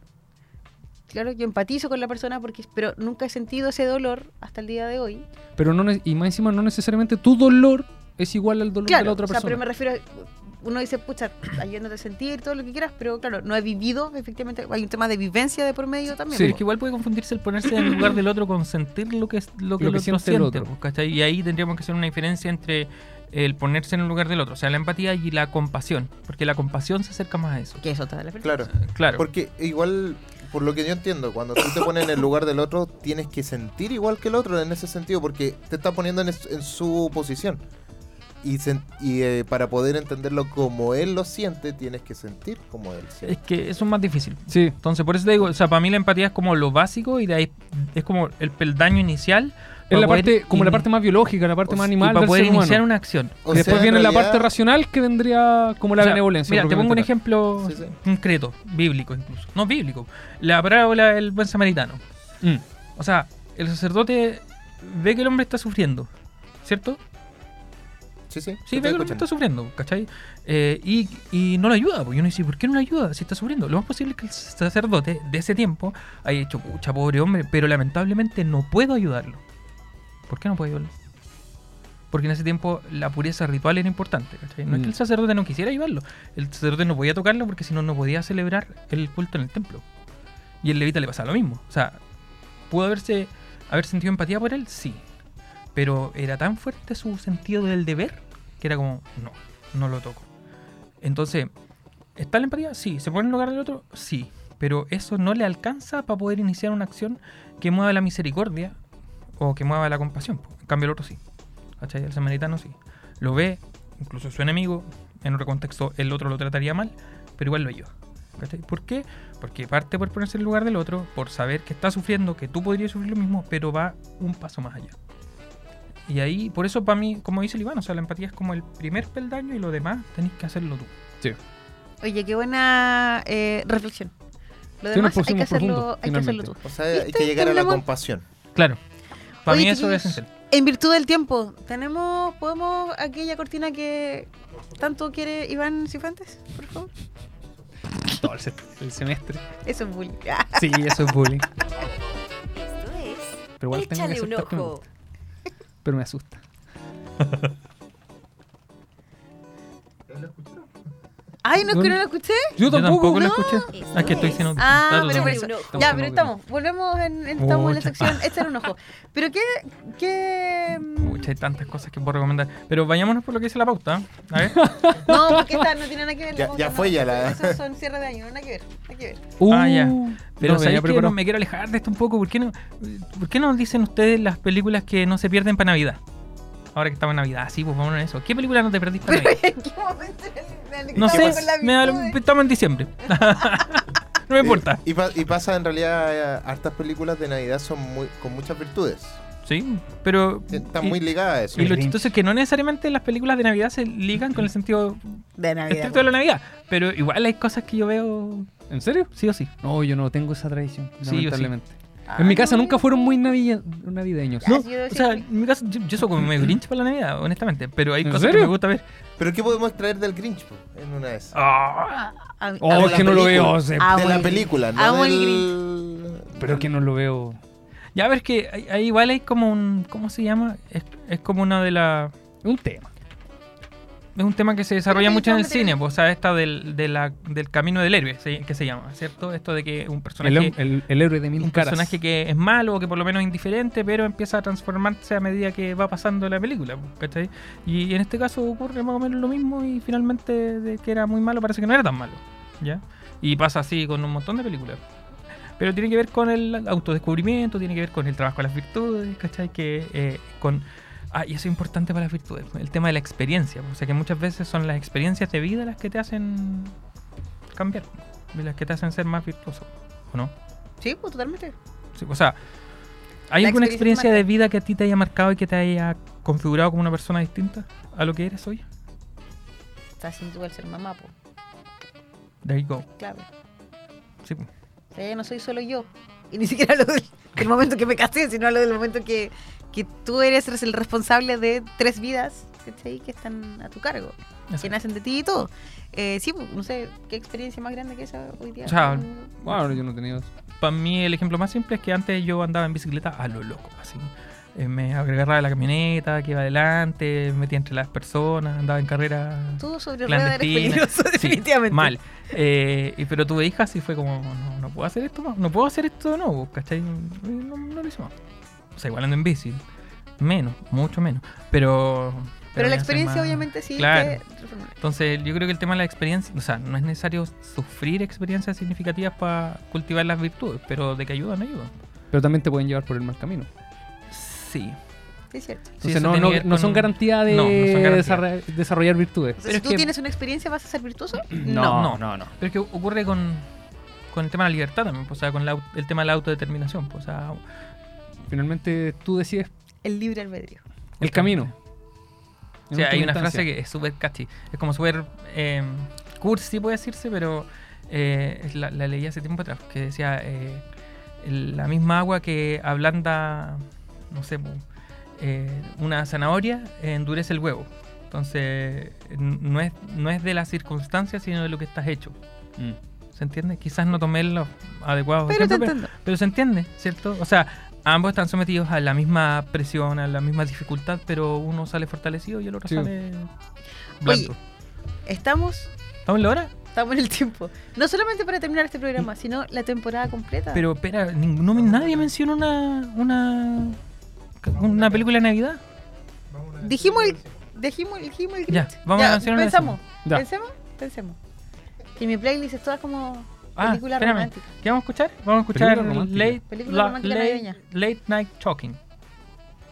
Speaker 2: Claro, yo empatizo con la persona, porque, pero nunca he sentido ese dolor hasta el día de hoy.
Speaker 3: Pero no, ne- y más encima, no necesariamente tu dolor es igual al dolor de la
Speaker 2: Claro,
Speaker 3: otra
Speaker 2: o sea,
Speaker 3: persona.
Speaker 2: pero me refiero, a- uno dice, pucha, ayúdate a sentir todo lo que quieras, pero claro, no he vivido, efectivamente, hay un tema de vivencia de por medio también.
Speaker 3: Sí.
Speaker 1: Pero es que igual puede confundirse el ponerse en el lugar del otro con sentir lo que, es- lo que
Speaker 3: Lo
Speaker 1: el
Speaker 3: que
Speaker 1: otro
Speaker 3: siente el
Speaker 1: siente,
Speaker 3: otro.
Speaker 1: pues, ¿cachai? Y ahí tendríamos que hacer una diferencia entre el ponerse en el lugar del otro, o sea, la empatía y la compasión, porque la compasión se acerca más a eso.
Speaker 2: Que eso toda la persona.
Speaker 4: Claro.
Speaker 1: Claro.
Speaker 4: Porque igual, por lo que yo entiendo, cuando tú te pones en el lugar del otro, tienes que sentir igual que el otro en ese sentido, porque te está poniendo en, es- en su posición. Y, sen- y, eh, para poder entenderlo como él lo siente, tienes que sentir como él
Speaker 1: es
Speaker 4: siente.
Speaker 1: que eso es más difícil.
Speaker 3: Sí.
Speaker 1: Entonces, por eso te digo, o sea, para mí la empatía es como lo básico y de ahí es como el peldaño inicial.
Speaker 3: Es
Speaker 1: para
Speaker 3: la
Speaker 1: poder
Speaker 3: parte, como la
Speaker 1: ini-
Speaker 3: parte más biológica, la parte
Speaker 4: O
Speaker 3: más
Speaker 1: y
Speaker 4: sea,
Speaker 3: animal
Speaker 1: para
Speaker 3: del
Speaker 1: poder
Speaker 3: ser humano.
Speaker 1: iniciar una acción.
Speaker 4: O
Speaker 3: Después
Speaker 4: sea, en
Speaker 3: viene la
Speaker 4: realidad,
Speaker 3: parte racional que vendría como la
Speaker 1: O sea,
Speaker 3: benevolencia.
Speaker 1: Mira, te pongo un
Speaker 3: propiamente
Speaker 1: ejemplo
Speaker 4: Sí, sí.
Speaker 1: concreto, bíblico incluso. No bíblico. La parábola del buen samaritano.
Speaker 3: tal. Mm.
Speaker 1: O sea, el sacerdote ve que el hombre está sufriendo, ¿cierto?
Speaker 4: Sí, sí.
Speaker 1: Sí,
Speaker 4: te
Speaker 1: ve que el
Speaker 4: estoy
Speaker 1: hombre está
Speaker 4: escuchando.
Speaker 1: sufriendo, ¿cachai? Eh, y, y no lo ayuda, pues y uno dice, ¿por qué no lo ayuda si está sufriendo? Lo más posible es que el sacerdote de ese tiempo haya dicho, pucha, pobre hombre, pero lamentablemente no puedo ayudarlo. ¿Por qué no puedo ayudarlo? Porque en ese tiempo la pureza ritual era importante, ¿cachai? No es
Speaker 3: Mm.
Speaker 1: que el sacerdote no quisiera ayudarlo, el sacerdote no podía tocarlo porque si no, no podía celebrar el culto en el templo. Y el levita le pasaba lo mismo. O sea, ¿pudo haberse, haber sentido empatía por él? Sí. Pero era tan fuerte su sentido del deber que era como, no, no lo toco. Entonces, ¿está la empatía? Sí. ¿Se pone en lugar del otro? Sí. Pero eso no le alcanza para poder iniciar una acción que mueva la misericordia o que mueva la compasión. po. En cambio, el otro sí. ¿Cachai? El samaritano sí. Lo ve, incluso su enemigo, en otro contexto el otro lo trataría mal, pero igual lo ayuda. ¿Cachai? ¿Por qué? Porque parte por ponerse en el lugar del otro, por saber que está sufriendo, que tú podrías sufrir lo mismo, pero va un paso más allá. Y ahí, por eso para mí, como dice el Iván, o sea, la empatía es como el primer peldaño y lo demás tenés que hacerlo tú.
Speaker 2: Oye, qué buena eh, reflexión. Lo
Speaker 3: Sí, nos
Speaker 2: demás hay que
Speaker 3: pusimos
Speaker 2: hacerlo,
Speaker 3: profundo,
Speaker 2: hay que hacerlo
Speaker 3: finalmente.
Speaker 2: tú.
Speaker 4: O sea, hay
Speaker 2: ¿Viste?
Speaker 4: que llegar a la
Speaker 2: Terminamos-
Speaker 4: compasión.
Speaker 1: Claro. Para
Speaker 2: Oye,
Speaker 1: mí eso es
Speaker 2: chiquillos,
Speaker 1: esencial.
Speaker 2: en virtud del tiempo, ¿tenemos, podemos aquella cortina que tanto quiere Iván Cifuentes, por favor?
Speaker 3: Todo el, se- el semestre.
Speaker 2: Eso es bullying.
Speaker 3: Sí, eso es bullying.
Speaker 6: Esto es.
Speaker 3: Pero igual tengo que
Speaker 6: Échale un
Speaker 3: aceptar que me
Speaker 6: ojo.
Speaker 3: gusta. Pero me asusta.
Speaker 2: Ay, no es que no
Speaker 3: ¿Dónde?
Speaker 2: lo escuché.
Speaker 3: Yo tampoco.
Speaker 1: lo
Speaker 2: no.
Speaker 1: escuché. Ah, que estoy siendo.
Speaker 2: Ah,
Speaker 1: dato
Speaker 2: pero
Speaker 1: también.
Speaker 2: por eso.
Speaker 6: Échale un ojo.
Speaker 2: Ya, pero
Speaker 3: Estamos
Speaker 2: estamos, volvemos en, en- estamos en la
Speaker 1: Pucha.
Speaker 2: sección echar un ojo. Pero qué, qué mm,
Speaker 1: Pucha, hay tantas cosas que puedo recomendar. Pero vayámonos por lo que dice la pauta. ¿eh? A ver.
Speaker 2: No, porque esta no tiene nada que ver. la
Speaker 4: Ya-
Speaker 2: cosa,
Speaker 4: ya
Speaker 2: no,
Speaker 4: fue ya
Speaker 2: no,
Speaker 4: la-
Speaker 2: Esos son cierres de año, nada que ver, nada que ver.
Speaker 1: Ah, ya.
Speaker 3: Uh,
Speaker 1: Pero
Speaker 3: no,
Speaker 1: ¿sabéis
Speaker 3: venía
Speaker 1: qué? No,
Speaker 3: preparado.
Speaker 1: me quiero alejar de esto un poco. ¿Por qué, no, ¿Por qué no nos dicen ustedes las películas que no se pierden para Navidad? Ahora que estamos en Navidad, sí, pues vamos en eso. ¿Qué película no te perdiste para Navidad?
Speaker 2: ¿En qué momento era el-
Speaker 1: No
Speaker 2: estaba
Speaker 1: sé,
Speaker 2: con la
Speaker 1: me da-
Speaker 2: virtud de-
Speaker 1: estamos en diciembre. no me importa.
Speaker 4: Y, pa- y pasa en realidad, eh, hartas películas de Navidad son muy, con muchas virtudes.
Speaker 1: Sí, pero.
Speaker 4: Están
Speaker 1: y-
Speaker 4: muy ligadas a eso.
Speaker 1: Y lo chistoso es que no necesariamente las películas de Navidad se ligan con el sentido
Speaker 2: De
Speaker 1: estricto de la Navidad. Pero igual hay cosas que yo veo
Speaker 3: ¿En serio?
Speaker 1: sí o sí.
Speaker 3: No, yo no tengo esa tradición,
Speaker 1: Sí, yo sí.
Speaker 3: lamentablemente.
Speaker 2: Ah,
Speaker 3: En mi casa
Speaker 2: no,
Speaker 3: nunca fueron muy navilla- navideños.
Speaker 2: Ya,
Speaker 1: No,
Speaker 2: sí, yo debo
Speaker 1: o sea,
Speaker 2: decir
Speaker 1: en mi caso, yo, yo soy como medio grinch para la Navidad, honestamente. Pero hay
Speaker 3: ¿En
Speaker 1: cosas que
Speaker 3: serio?
Speaker 1: me gusta ver.
Speaker 4: Pero ¿qué podemos traer del Grinch po? en una de esas?
Speaker 1: Ah,
Speaker 2: a mí-
Speaker 3: Oh,
Speaker 4: de
Speaker 3: es
Speaker 4: la
Speaker 3: que no lo
Speaker 4: película.
Speaker 3: veo. o sea,
Speaker 2: Ah,
Speaker 4: de
Speaker 2: bueno.
Speaker 4: la película, no
Speaker 2: Amo el
Speaker 4: del...
Speaker 3: Pero que no lo veo.
Speaker 1: Ya ves que ahí- ahí igual hay como un. ¿Cómo se llama? Es, es como una de las.
Speaker 3: Es un tema.
Speaker 1: Es un tema que se desarrolla mucho en el
Speaker 2: Material.
Speaker 1: cine, pues, o sea, esta del, de la- del camino del héroe, se- que se llama, ¿cierto? Esto de que un
Speaker 3: El,
Speaker 1: personaje.
Speaker 3: hom- el- el héroe de mil
Speaker 1: un
Speaker 3: caras.
Speaker 1: personaje que es malo o que por lo menos es indiferente, pero empieza a transformarse a medida que va pasando la película. pues, ¿cachai? Y en este caso ocurre más o menos lo mismo y finalmente de que era muy malo parece que no era tan malo. ¿ya? Y pasa así con un montón de películas. Pero tiene que ver con el autodescubrimiento, tiene que ver con el trabajo de las virtudes, ¿cachai? Que, eh, con... Ah, y eso es importante para las virtudes, el tema de la experiencia. O sea que muchas veces son las experiencias de vida las que te hacen cambiar, y las que te hacen ser más virtuoso, ¿o no?
Speaker 2: Sí, pues totalmente.
Speaker 1: Sí, o sea, ¿hay
Speaker 2: La
Speaker 1: alguna
Speaker 2: experiencia
Speaker 1: experiencia
Speaker 2: marca.
Speaker 1: de vida que a ti te haya marcado y que te haya configurado como una persona distinta a lo que eres hoy?
Speaker 2: Está sin duda el ser mamá, pues,
Speaker 1: There you go.
Speaker 2: claro.
Speaker 1: Sí, po.
Speaker 2: O sea, ya no soy solo yo. Y ni siquiera lo del, del momento que me casé, sino lo del momento que, que tú eres el responsable de tres vidas ¿cachai? que están a tu cargo, que
Speaker 1: Exacto.
Speaker 2: nacen de ti y todo. Eh, sí, pues, no sé, qué experiencia más grande que esa hoy día.
Speaker 1: O sea,
Speaker 2: Mm.
Speaker 3: Bueno, yo no he tenido eso.
Speaker 1: Para mí el ejemplo más simple es que antes yo andaba en bicicleta a lo loco, así. Eh, me agarraba de la camioneta, que iba adelante, me metía entre las personas, andaba en carrera
Speaker 2: Tú sobre rueda eres
Speaker 1: clandestina.
Speaker 2: peligroso,
Speaker 1: Sí,
Speaker 2: definitivamente.
Speaker 1: mal. Eh, y- pero tuve hijas y fue como, no, no puedo hacer esto más, no puedo hacer esto de nuevo, ¿cachai? No, no lo hice más. O sea, igual ando en bici. Menos, mucho menos. Pero.
Speaker 2: Pero la
Speaker 1: me hace
Speaker 2: experiencia,
Speaker 1: más-
Speaker 2: obviamente, sí.
Speaker 1: Claro.
Speaker 2: que-
Speaker 1: Entonces, yo creo que el tema de la experiencia, o sea, no es necesario sufrir experiencias significativas para cultivar las virtudes, pero de que ayudan, ayudan.
Speaker 3: Pero también te pueden llevar por el mal camino.
Speaker 1: Sí.
Speaker 2: Sí, es cierto.
Speaker 1: Sí,
Speaker 3: Entonces
Speaker 1: eso
Speaker 3: no,
Speaker 1: tiene
Speaker 3: no,
Speaker 1: que ver
Speaker 3: no son
Speaker 1: con-
Speaker 3: garantía de
Speaker 1: No, no son garantía.
Speaker 3: desarra- desarrollar virtudes.
Speaker 2: Entonces,
Speaker 1: Pero
Speaker 2: si
Speaker 1: es
Speaker 2: tú
Speaker 1: que-
Speaker 2: tienes una experiencia, ¿vas a ser virtuoso?
Speaker 1: no, Pero es que ocurre con, con el tema de la libertad también, pues, o sea, con la au- el tema de la autodeterminación, pues, o sea,
Speaker 3: Finalmente tú decides
Speaker 2: El libre albedrío.
Speaker 3: el camino.
Speaker 1: O sea, hay una frase que es súper catchy. Es como súper eh, cursi, puede decirse, pero eh, es la, la leí hace tiempo atrás, que decía, eh, el- la misma agua que ablanda, no sé, pu, eh, una zanahoria, eh, endurece el huevo. Entonces, n- no es, no es de las circunstancias, sino de lo que Mm, estás hecho. ¿Se entiende? Quizás no tomé los adecuados
Speaker 2: Pero te
Speaker 1: ejemplos,
Speaker 2: entiendo.
Speaker 1: pero se entiende, ¿cierto? O sea, ambos están sometidos a la misma presión, a la misma dificultad, pero uno sale fortalecido y el otro
Speaker 3: Sí.
Speaker 1: sale blando.
Speaker 2: Estamos,
Speaker 1: ¿Estamos en la hora?
Speaker 2: estamos en el tiempo. No solamente para terminar este programa, sino la temporada completa.
Speaker 1: Pero espera, ninguno, nadie menciona una, una, una película de Navidad.
Speaker 2: dijimos el, dijimos, dijimos el
Speaker 1: Ya,
Speaker 2: Grinch.
Speaker 1: vamos a mencionar la
Speaker 2: pensamos,
Speaker 3: Ya.
Speaker 2: pensemos, pensemos. Que mi playlist es toda como
Speaker 1: Ah,
Speaker 2: película
Speaker 1: espérame.
Speaker 2: romántica.
Speaker 1: ¿Qué vamos a escuchar? Vamos a escuchar
Speaker 3: Película romántica.
Speaker 1: Late,
Speaker 2: Película
Speaker 1: la-
Speaker 2: romántica navideña.
Speaker 1: late, Late Night Talking.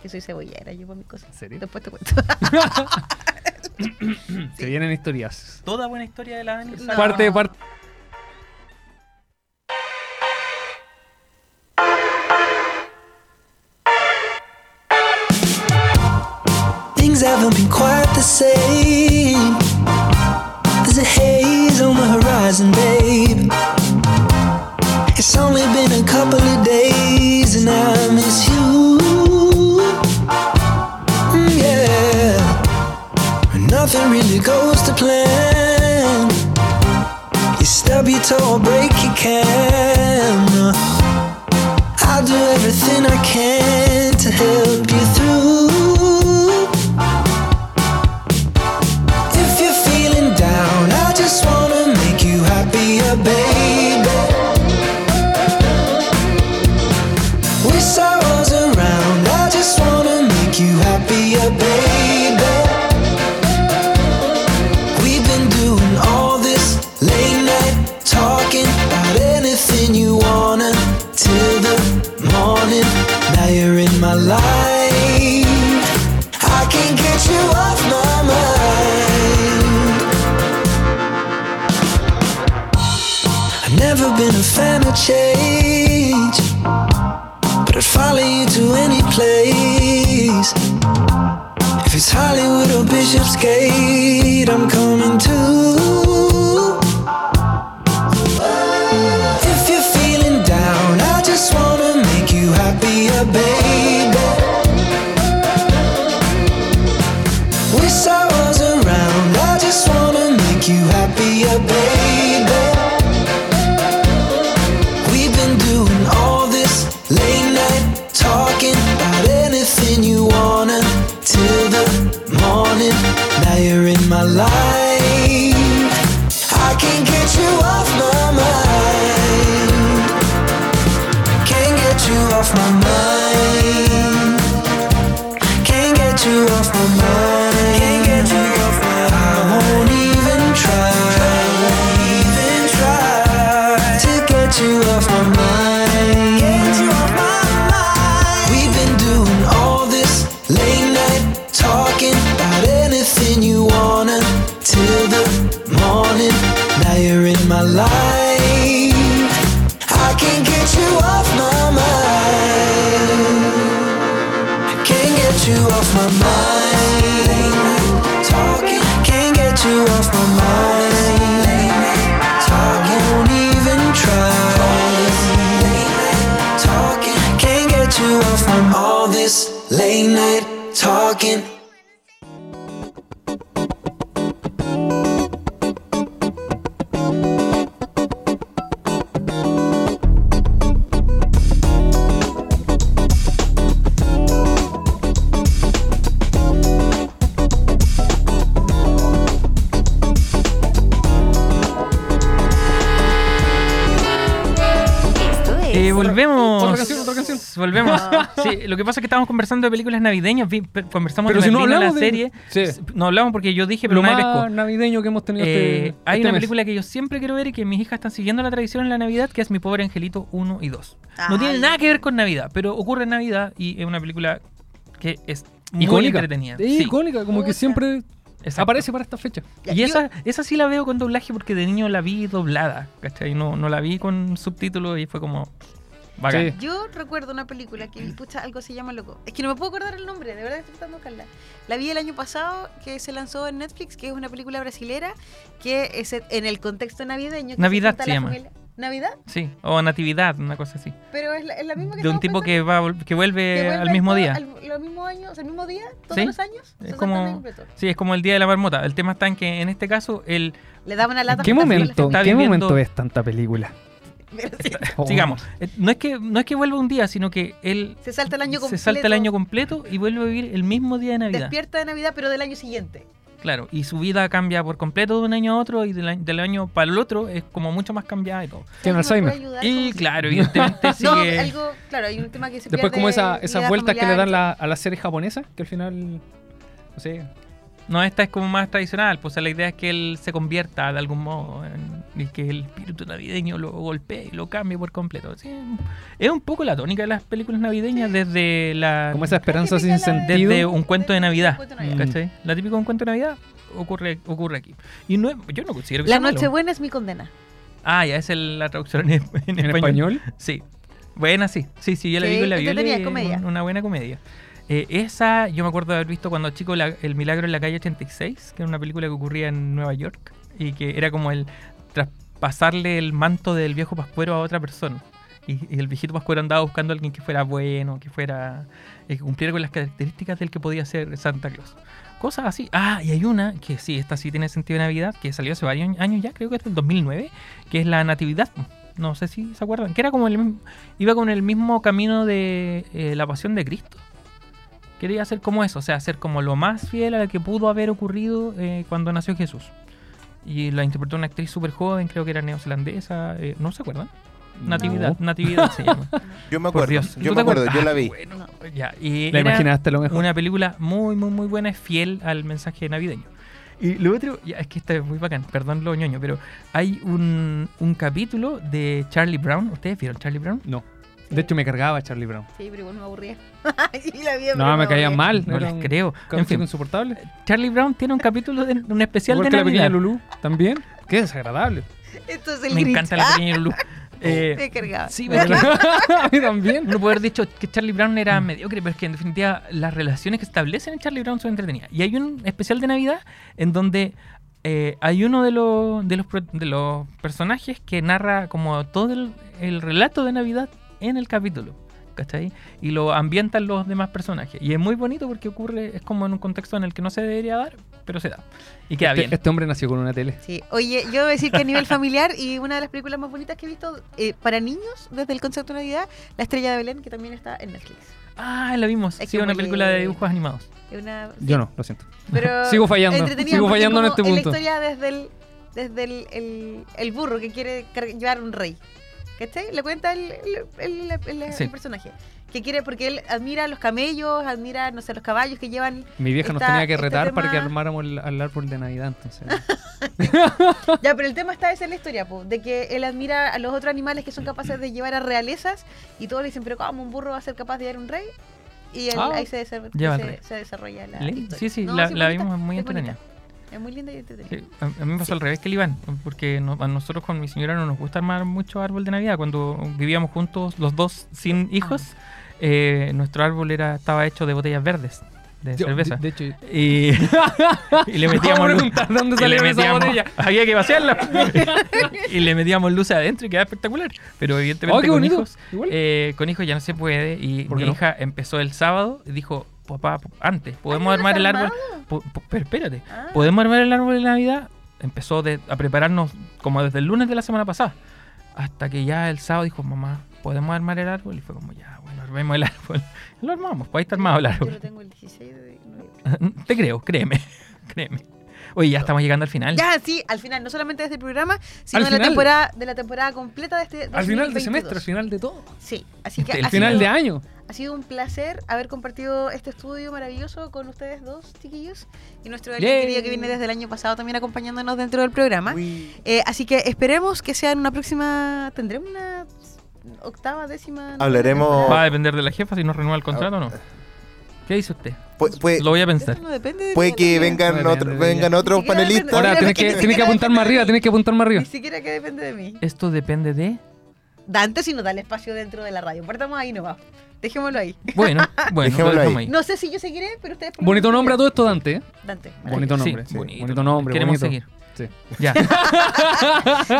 Speaker 2: Que soy cebollera, yo por mi cosa.
Speaker 3: ¿En serio?
Speaker 2: Después te cuento.
Speaker 3: Se vienen historias.
Speaker 1: Toda buena historia de la Dani.
Speaker 2: No.
Speaker 3: Parte de parte.
Speaker 5: Things haven't been quite the same. There's a haze on the horizon, babe. It's only been a couple of days, and I miss you. Mm, really goes to plan. You stub your toe or break your camera. I'll do everything I can to help you through. If you're feeling down, I just wanna make you happier, baby. Wish I was around, I just wanna make you happier, baby. We've been doing all this late night talking about anything you wanna till the morning. Now you're in my life. I can't get you off my mind. I've never been a fan of change, but I'd follow you to any place. If it's Hollywood or Bishopsgate, I'm coming too. If you're feeling down, I just wanna make you happier, baby. Wish I was around, I just wanna make you happier, baby. We've been doing all this late night talking about anything you wanna till the morning. Now you're in my life. I can't get you off my mind. Can't get you off my mind. Can't get you off my mind. Can't get you off my mind. I won't even try. Won't even try to get you off my mind. Get you off my mind. We've been doing all this late night talking about anything you wanna till the morning. Now you're in my life. I can't get you off my mind. Can't get you off my mind. Talking, can't get you off my mind. Talking, won't even try. Talking, can't get you off my mind. All this late night talking.
Speaker 6: Esto es.
Speaker 1: Eh, volvemos.
Speaker 3: Otra canción, otra canción.
Speaker 1: Volvemos. Sí, lo que pasa es que estábamos conversando de películas navideñas, vi- pe- conversamos
Speaker 3: Pero
Speaker 1: de
Speaker 3: si no
Speaker 1: Merlina, la
Speaker 3: hablamos de-
Speaker 1: serie.
Speaker 3: Sí.
Speaker 1: S- No hablamos porque yo dije, pero
Speaker 3: Lo
Speaker 1: no
Speaker 3: más
Speaker 1: agradezco.
Speaker 3: navideño que hemos tenido
Speaker 1: Eh,
Speaker 3: este,
Speaker 1: hay
Speaker 3: este
Speaker 1: una
Speaker 3: mes.
Speaker 1: película que yo siempre quiero ver y que mis hijas están siguiendo la tradición en la Navidad, que es Mi Pobre Angelito 1 y 2. No tiene
Speaker 2: Ay.
Speaker 1: nada que ver con Navidad, pero ocurre en Navidad y es una película que es muy
Speaker 3: icónica.
Speaker 1: entretenida.
Speaker 3: Es
Speaker 1: Sí,
Speaker 3: icónica, como que
Speaker 2: Puta.
Speaker 3: siempre
Speaker 1: exacto.
Speaker 3: aparece para esta fecha.
Speaker 2: Ya,
Speaker 1: Y
Speaker 2: yo-
Speaker 1: esa, esa sí la veo con doblaje porque de niño la vi doblada, ¿cachai? No, no la vi con subtítulos y fue como... Bacán.
Speaker 3: Sí.
Speaker 2: Yo recuerdo una película que vi, pucha, algo se llama loco. Es que no me puedo acordar el nombre, de verdad estoy tratando de buscarla. La vi el año pasado que se lanzó en Netflix, que es una película brasilera que es en el contexto navideño. que
Speaker 1: Navidad
Speaker 2: junta
Speaker 1: se
Speaker 2: la
Speaker 1: llama.
Speaker 2: familia- ¿Navidad?
Speaker 1: Sí, o Natividad, una cosa así.
Speaker 2: Pero es la, es la misma que
Speaker 1: De un
Speaker 2: estamos
Speaker 1: tipo
Speaker 2: pensando,
Speaker 1: que va vol- que vuelve,
Speaker 2: que vuelve
Speaker 1: al mismo
Speaker 2: todo-
Speaker 1: día.
Speaker 2: al- Los mismos años, o sea, el mismo día, todos
Speaker 1: Sí.
Speaker 2: los años.
Speaker 1: Es
Speaker 2: se saltan
Speaker 1: como-
Speaker 2: de completo.
Speaker 1: Sí, es como el día de la marmota. El tema está en que en este caso el
Speaker 2: Le daban una lata.
Speaker 3: ¿En qué
Speaker 2: fantasía a la
Speaker 3: momento,
Speaker 1: está
Speaker 3: en qué
Speaker 1: viviendo-
Speaker 3: momento es tanta película?
Speaker 2: gente. Pero sí,
Speaker 3: Oh.
Speaker 1: sigamos. eh, No es que no es que vuelva un día, sino que él
Speaker 2: Se salta el año completo.
Speaker 1: se salta el año completo y vuelve a vivir el mismo día de Navidad.
Speaker 2: Despierta de Navidad, pero del año siguiente.
Speaker 1: Claro, y su vida cambia por completo de un año a otro y del año, del año para el otro es como mucho más cambiada y todo.
Speaker 2: ¿Alguien
Speaker 3: Tiene
Speaker 2: me puede
Speaker 3: Alzheimer.
Speaker 2: ayudar
Speaker 1: Y
Speaker 2: con-
Speaker 1: claro, evidentemente
Speaker 2: No,
Speaker 1: sigue
Speaker 2: algo, claro, hay un tema que se
Speaker 3: Después
Speaker 2: pierde
Speaker 3: como esa,
Speaker 2: vida
Speaker 3: esas vueltas que le
Speaker 2: familiar,
Speaker 3: dan la- a la serie japonesa, que al final, no sé,
Speaker 1: No, esta es como más tradicional, pues o sea, la idea es que él se convierta de algún modo en- y que el espíritu navideño lo golpee y lo cambie por completo. Sí, es un poco la tónica de las películas navideñas desde la
Speaker 3: como esa esperanza
Speaker 2: Típica
Speaker 3: sin
Speaker 2: la de-
Speaker 3: sentido.
Speaker 1: Ah, desde un cuento de Navidad.
Speaker 2: Un cuento de Navidad.
Speaker 1: ¿cachai? La típica de un cuento de Navidad ocurre, ocurre aquí. Y no es- yo no considero que
Speaker 2: La
Speaker 1: sea malo.
Speaker 2: Nochebuena es mi condena.
Speaker 1: Ah, ya es el- la traducción en, en
Speaker 3: en español.
Speaker 1: Sí. Buena, sí. Sí, sí, yo la
Speaker 2: Sí,
Speaker 1: vi con la Viola.
Speaker 2: entretenida,
Speaker 1: y es
Speaker 2: comedia.
Speaker 1: un- Una buena comedia. Eh, esa, yo me acuerdo de haber visto cuando chico la- El Milagro en la calle 86, que era una película que ocurría en Nueva York y que era como el traspasarle el manto del viejo pascuero a otra persona. Y, y el viejito Pascuero andaba buscando a alguien que fuera bueno, que fuera eh, que cumpliera con las características del que podía ser Santa Claus. Cosas así. Ah, y hay una que sí, esta sí tiene sentido de Navidad, que salió hace varios años ya, creo que es del 2009, que es la Natividad. No sé si se acuerdan, que era como el mismo, iba con el mismo camino de eh, la Pasión de Cristo. Quería hacer como eso, o sea, hacer como lo más fiel a lo que pudo haber ocurrido eh, cuando nació Jesús. Y la interpretó una actriz súper joven, creo que era neozelandesa, eh, ¿no se acuerdan? Natividad, Natividad se llama.
Speaker 4: Yo me
Speaker 1: Por
Speaker 4: acuerdo,
Speaker 1: Dios. ¿Tú
Speaker 4: yo
Speaker 1: te
Speaker 4: me acuerdo, yo
Speaker 3: Ah,
Speaker 1: acuerdas?
Speaker 4: la vi.
Speaker 1: Bueno, ya. Y
Speaker 3: La
Speaker 1: era
Speaker 3: imaginaste a lo mejor.
Speaker 1: Una película muy, muy, muy buena, es fiel al mensaje navideño. Y lo otro, ya, es que esta es muy bacán, perdón lo ñoño, pero hay un, un capítulo de Charlie Brown. ¿Ustedes vieron Charlie Brown?
Speaker 3: No. De hecho, me cargaba a Charlie Brown.
Speaker 2: Sí, pero igual me aburría. y la vi, pero
Speaker 3: No, me caía
Speaker 2: aburría.
Speaker 3: mal.
Speaker 1: No
Speaker 3: era
Speaker 1: les
Speaker 3: un
Speaker 1: creo. En
Speaker 3: cabro chico
Speaker 1: fin,
Speaker 3: insoportable.
Speaker 1: Charlie Brown tiene un capítulo, de, un especial
Speaker 3: Igual
Speaker 1: de
Speaker 3: que la
Speaker 1: Navidad.
Speaker 3: pequeña Lulu también. Qué desagradable.
Speaker 2: Esto es el
Speaker 1: Me
Speaker 2: Grinch.
Speaker 1: encanta la pequeña Lulu. Eh,
Speaker 2: Me cargaba.
Speaker 1: sí, pero
Speaker 3: a mí también.
Speaker 1: uno puede haber dicho que Charlie Brown era mediocre, pero es que en definitiva las relaciones que establecen en Charlie Brown son entretenidas. Y hay un especial de Navidad en donde eh, hay uno de los, de, los, pro- de los personajes que narra como todo el, el relato de Navidad en el capítulo. ¿Cachai? Y lo ambientan los demás personajes. Y es muy bonito porque ocurre, es como en un contexto en el que no se debería dar, pero se da. Y queda bien.
Speaker 3: Este, este hombre nació con una tele.
Speaker 2: Sí. Oye, yo voy a decir que a nivel familiar y una de las películas más bonitas que he visto eh, para niños desde el concepto de Navidad, La Estrella de Belén, que también está en Netflix.
Speaker 1: Ah, la vimos.
Speaker 2: Es que
Speaker 1: Sí, una
Speaker 2: muy
Speaker 1: película de
Speaker 2: lindo.
Speaker 1: dibujos animados.
Speaker 2: Es una-
Speaker 3: Yo no, lo siento.
Speaker 2: pero
Speaker 3: Sigo fallando,
Speaker 2: entretenida,
Speaker 3: sigo
Speaker 2: porque
Speaker 3: fallando en
Speaker 2: como
Speaker 3: este punto.
Speaker 2: Es la historia desde el, desde el, el- el burro que quiere car- llevar un rey. ¿Cachai? Le cuenta el, el- el- el- el
Speaker 1: Sí.
Speaker 2: personaje. Que quiere, porque él admira los camellos, admira, no sé, los caballos que llevan.
Speaker 3: Mi vieja nos
Speaker 2: Está
Speaker 3: tenía que
Speaker 2: este
Speaker 3: retar para que
Speaker 2: tema-
Speaker 3: armáramos el, al árbol de Navidad, entonces.
Speaker 2: Ya, pero el tema está esa en la historia, po, de que él admira a los otros animales que son capaces de llevar a realezas y todos le dicen, pero ¿cómo un burro va a ser capaz de llevar un rey? Y él-
Speaker 3: Ah,
Speaker 2: ahí se, desa-
Speaker 1: lleva al
Speaker 2: se-
Speaker 1: rey.
Speaker 2: se desarrolla la
Speaker 1: Lindo.
Speaker 2: historia.
Speaker 1: Sí, sí,
Speaker 2: No,
Speaker 1: la,
Speaker 2: sí,
Speaker 1: la
Speaker 2: bonita,
Speaker 1: vimos, es muy
Speaker 2: es bonita.
Speaker 1: entretenida.
Speaker 2: Es muy linda y entretenida.
Speaker 1: Sí, a, a mí me pasó al revés que el Iván, porque no- a nosotros con mi señora no nos gusta armar mucho árbol de Navidad. Cuando vivíamos juntos, los dos
Speaker 2: Ah.
Speaker 1: sin hijos, eh, nuestro árbol era estaba hecho de botellas verdes, de
Speaker 3: Yo-
Speaker 1: cerveza.
Speaker 3: De, de hecho,
Speaker 1: y, y le metíamos
Speaker 3: Vamos a
Speaker 1: luz.
Speaker 3: preguntar dónde
Speaker 1: y
Speaker 3: salió
Speaker 1: le
Speaker 3: esa
Speaker 1: metíamos-
Speaker 3: botella.
Speaker 1: Había que vaciarla. y le metíamos luces adentro y quedaba espectacular. Pero
Speaker 3: Oh,
Speaker 1: evidentemente
Speaker 3: qué
Speaker 1: con
Speaker 3: bonito.
Speaker 1: hijos
Speaker 3: Igual.
Speaker 1: eh, con hijos ya no se puede y
Speaker 3: ¿Por
Speaker 1: mi
Speaker 3: qué no?
Speaker 1: hija empezó el sábado y dijo, papá, p- antes, ¿podemos
Speaker 2: Ah, ¿no
Speaker 1: armar el
Speaker 2: lo has
Speaker 1: árbol? Po- po- Pero espérate,
Speaker 2: Ah.
Speaker 1: ¿podemos armar el árbol de Navidad? Empezó de- a prepararnos como desde el lunes de la semana pasada, hasta que ya el sábado dijo, mamá, ¿podemos armar el árbol? Y fue como, ya, bueno, armemos el árbol. Lo armamos, pues ahí está armado el
Speaker 2: Yo
Speaker 1: árbol.
Speaker 2: lo tengo el 16 de noviembre.
Speaker 1: Te creo, créeme, créeme. Oye, ya estamos llegando al final.
Speaker 2: Ya, sí, al final, no solamente de este programa, sino
Speaker 3: Al
Speaker 2: de la,
Speaker 3: final.
Speaker 2: temporada, de la temporada completa de este.
Speaker 3: al final de
Speaker 2: 2022.
Speaker 3: semestre, al final de todo.
Speaker 2: Sí, así que.
Speaker 1: El
Speaker 2: ha
Speaker 3: Al final
Speaker 2: sido-
Speaker 3: de año.
Speaker 2: Ha sido un placer haber compartido este estudio maravilloso con ustedes dos, chiquillos, y nuestro alguien
Speaker 3: Yay.
Speaker 2: querido que viene desde el año pasado también acompañándonos dentro del programa. Eh, así que esperemos que sea en una próxima. ¿Tendremos una octava, décima? novena
Speaker 4: Hablaremos-
Speaker 1: Va a
Speaker 2: temporada?
Speaker 1: depender de la jefa si nos renueva el contrato o no. ¿Qué dice usted?
Speaker 4: Pu- puede,
Speaker 1: Lo voy a
Speaker 2: Eso
Speaker 1: pensar.
Speaker 2: no depende de
Speaker 4: puede
Speaker 2: ti,
Speaker 4: que
Speaker 2: Daniel.
Speaker 4: vengan,
Speaker 3: Bueno,
Speaker 4: otro-
Speaker 3: ya, ya.
Speaker 4: vengan otros
Speaker 2: Ni siquiera
Speaker 4: panelistas.
Speaker 2: depende-
Speaker 3: Ahora,
Speaker 2: Mira,
Speaker 3: tienes
Speaker 2: es que
Speaker 3: que,
Speaker 2: ni
Speaker 3: tienes que
Speaker 2: siquiera
Speaker 3: apuntar más arriba, tienes que apuntar más arriba.
Speaker 2: Ni siquiera que depende de mí.
Speaker 1: Esto depende de...
Speaker 2: Dante, si nos da el espacio dentro de la radio. Partamos ahí nomás. Dejémoslo ahí.
Speaker 1: Bueno, bueno, lo
Speaker 4: Dejémoslo
Speaker 1: dejamos
Speaker 4: ahí.
Speaker 1: ahí.
Speaker 2: No sé si yo seguiré, pero ustedes. por lo
Speaker 3: Bonito
Speaker 2: menos
Speaker 3: nombre a todo
Speaker 2: seguirán.
Speaker 3: esto, Dante. ¿eh?
Speaker 2: Dante.
Speaker 3: Bonito nombre.
Speaker 1: Sí, bonito.
Speaker 3: Bonito nombre,
Speaker 1: Queremos
Speaker 3: bonito.
Speaker 1: seguir.
Speaker 3: Sí.
Speaker 1: Ya.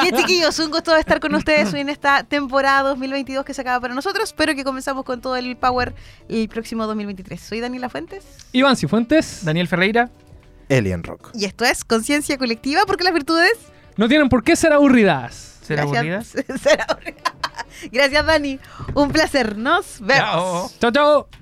Speaker 2: Bien, chiquillos, un gusto estar con ustedes hoy en esta temporada 2022 que se acaba para nosotros, pero que comenzamos con todo el power el próximo 2023. Soy Daniela Fuentes
Speaker 3: Iván Cifuentes.
Speaker 1: Daniel Ferreira.
Speaker 4: Alien Rock.
Speaker 2: y esto es Conciencia Colectiva porque las virtudes...
Speaker 3: No tienen por qué ser aburridas.
Speaker 1: ¿Será
Speaker 2: Gracias- será aburridas. Gracias, Dani. Un placer. Nos vemos.
Speaker 1: Chao.
Speaker 3: Chao, chao.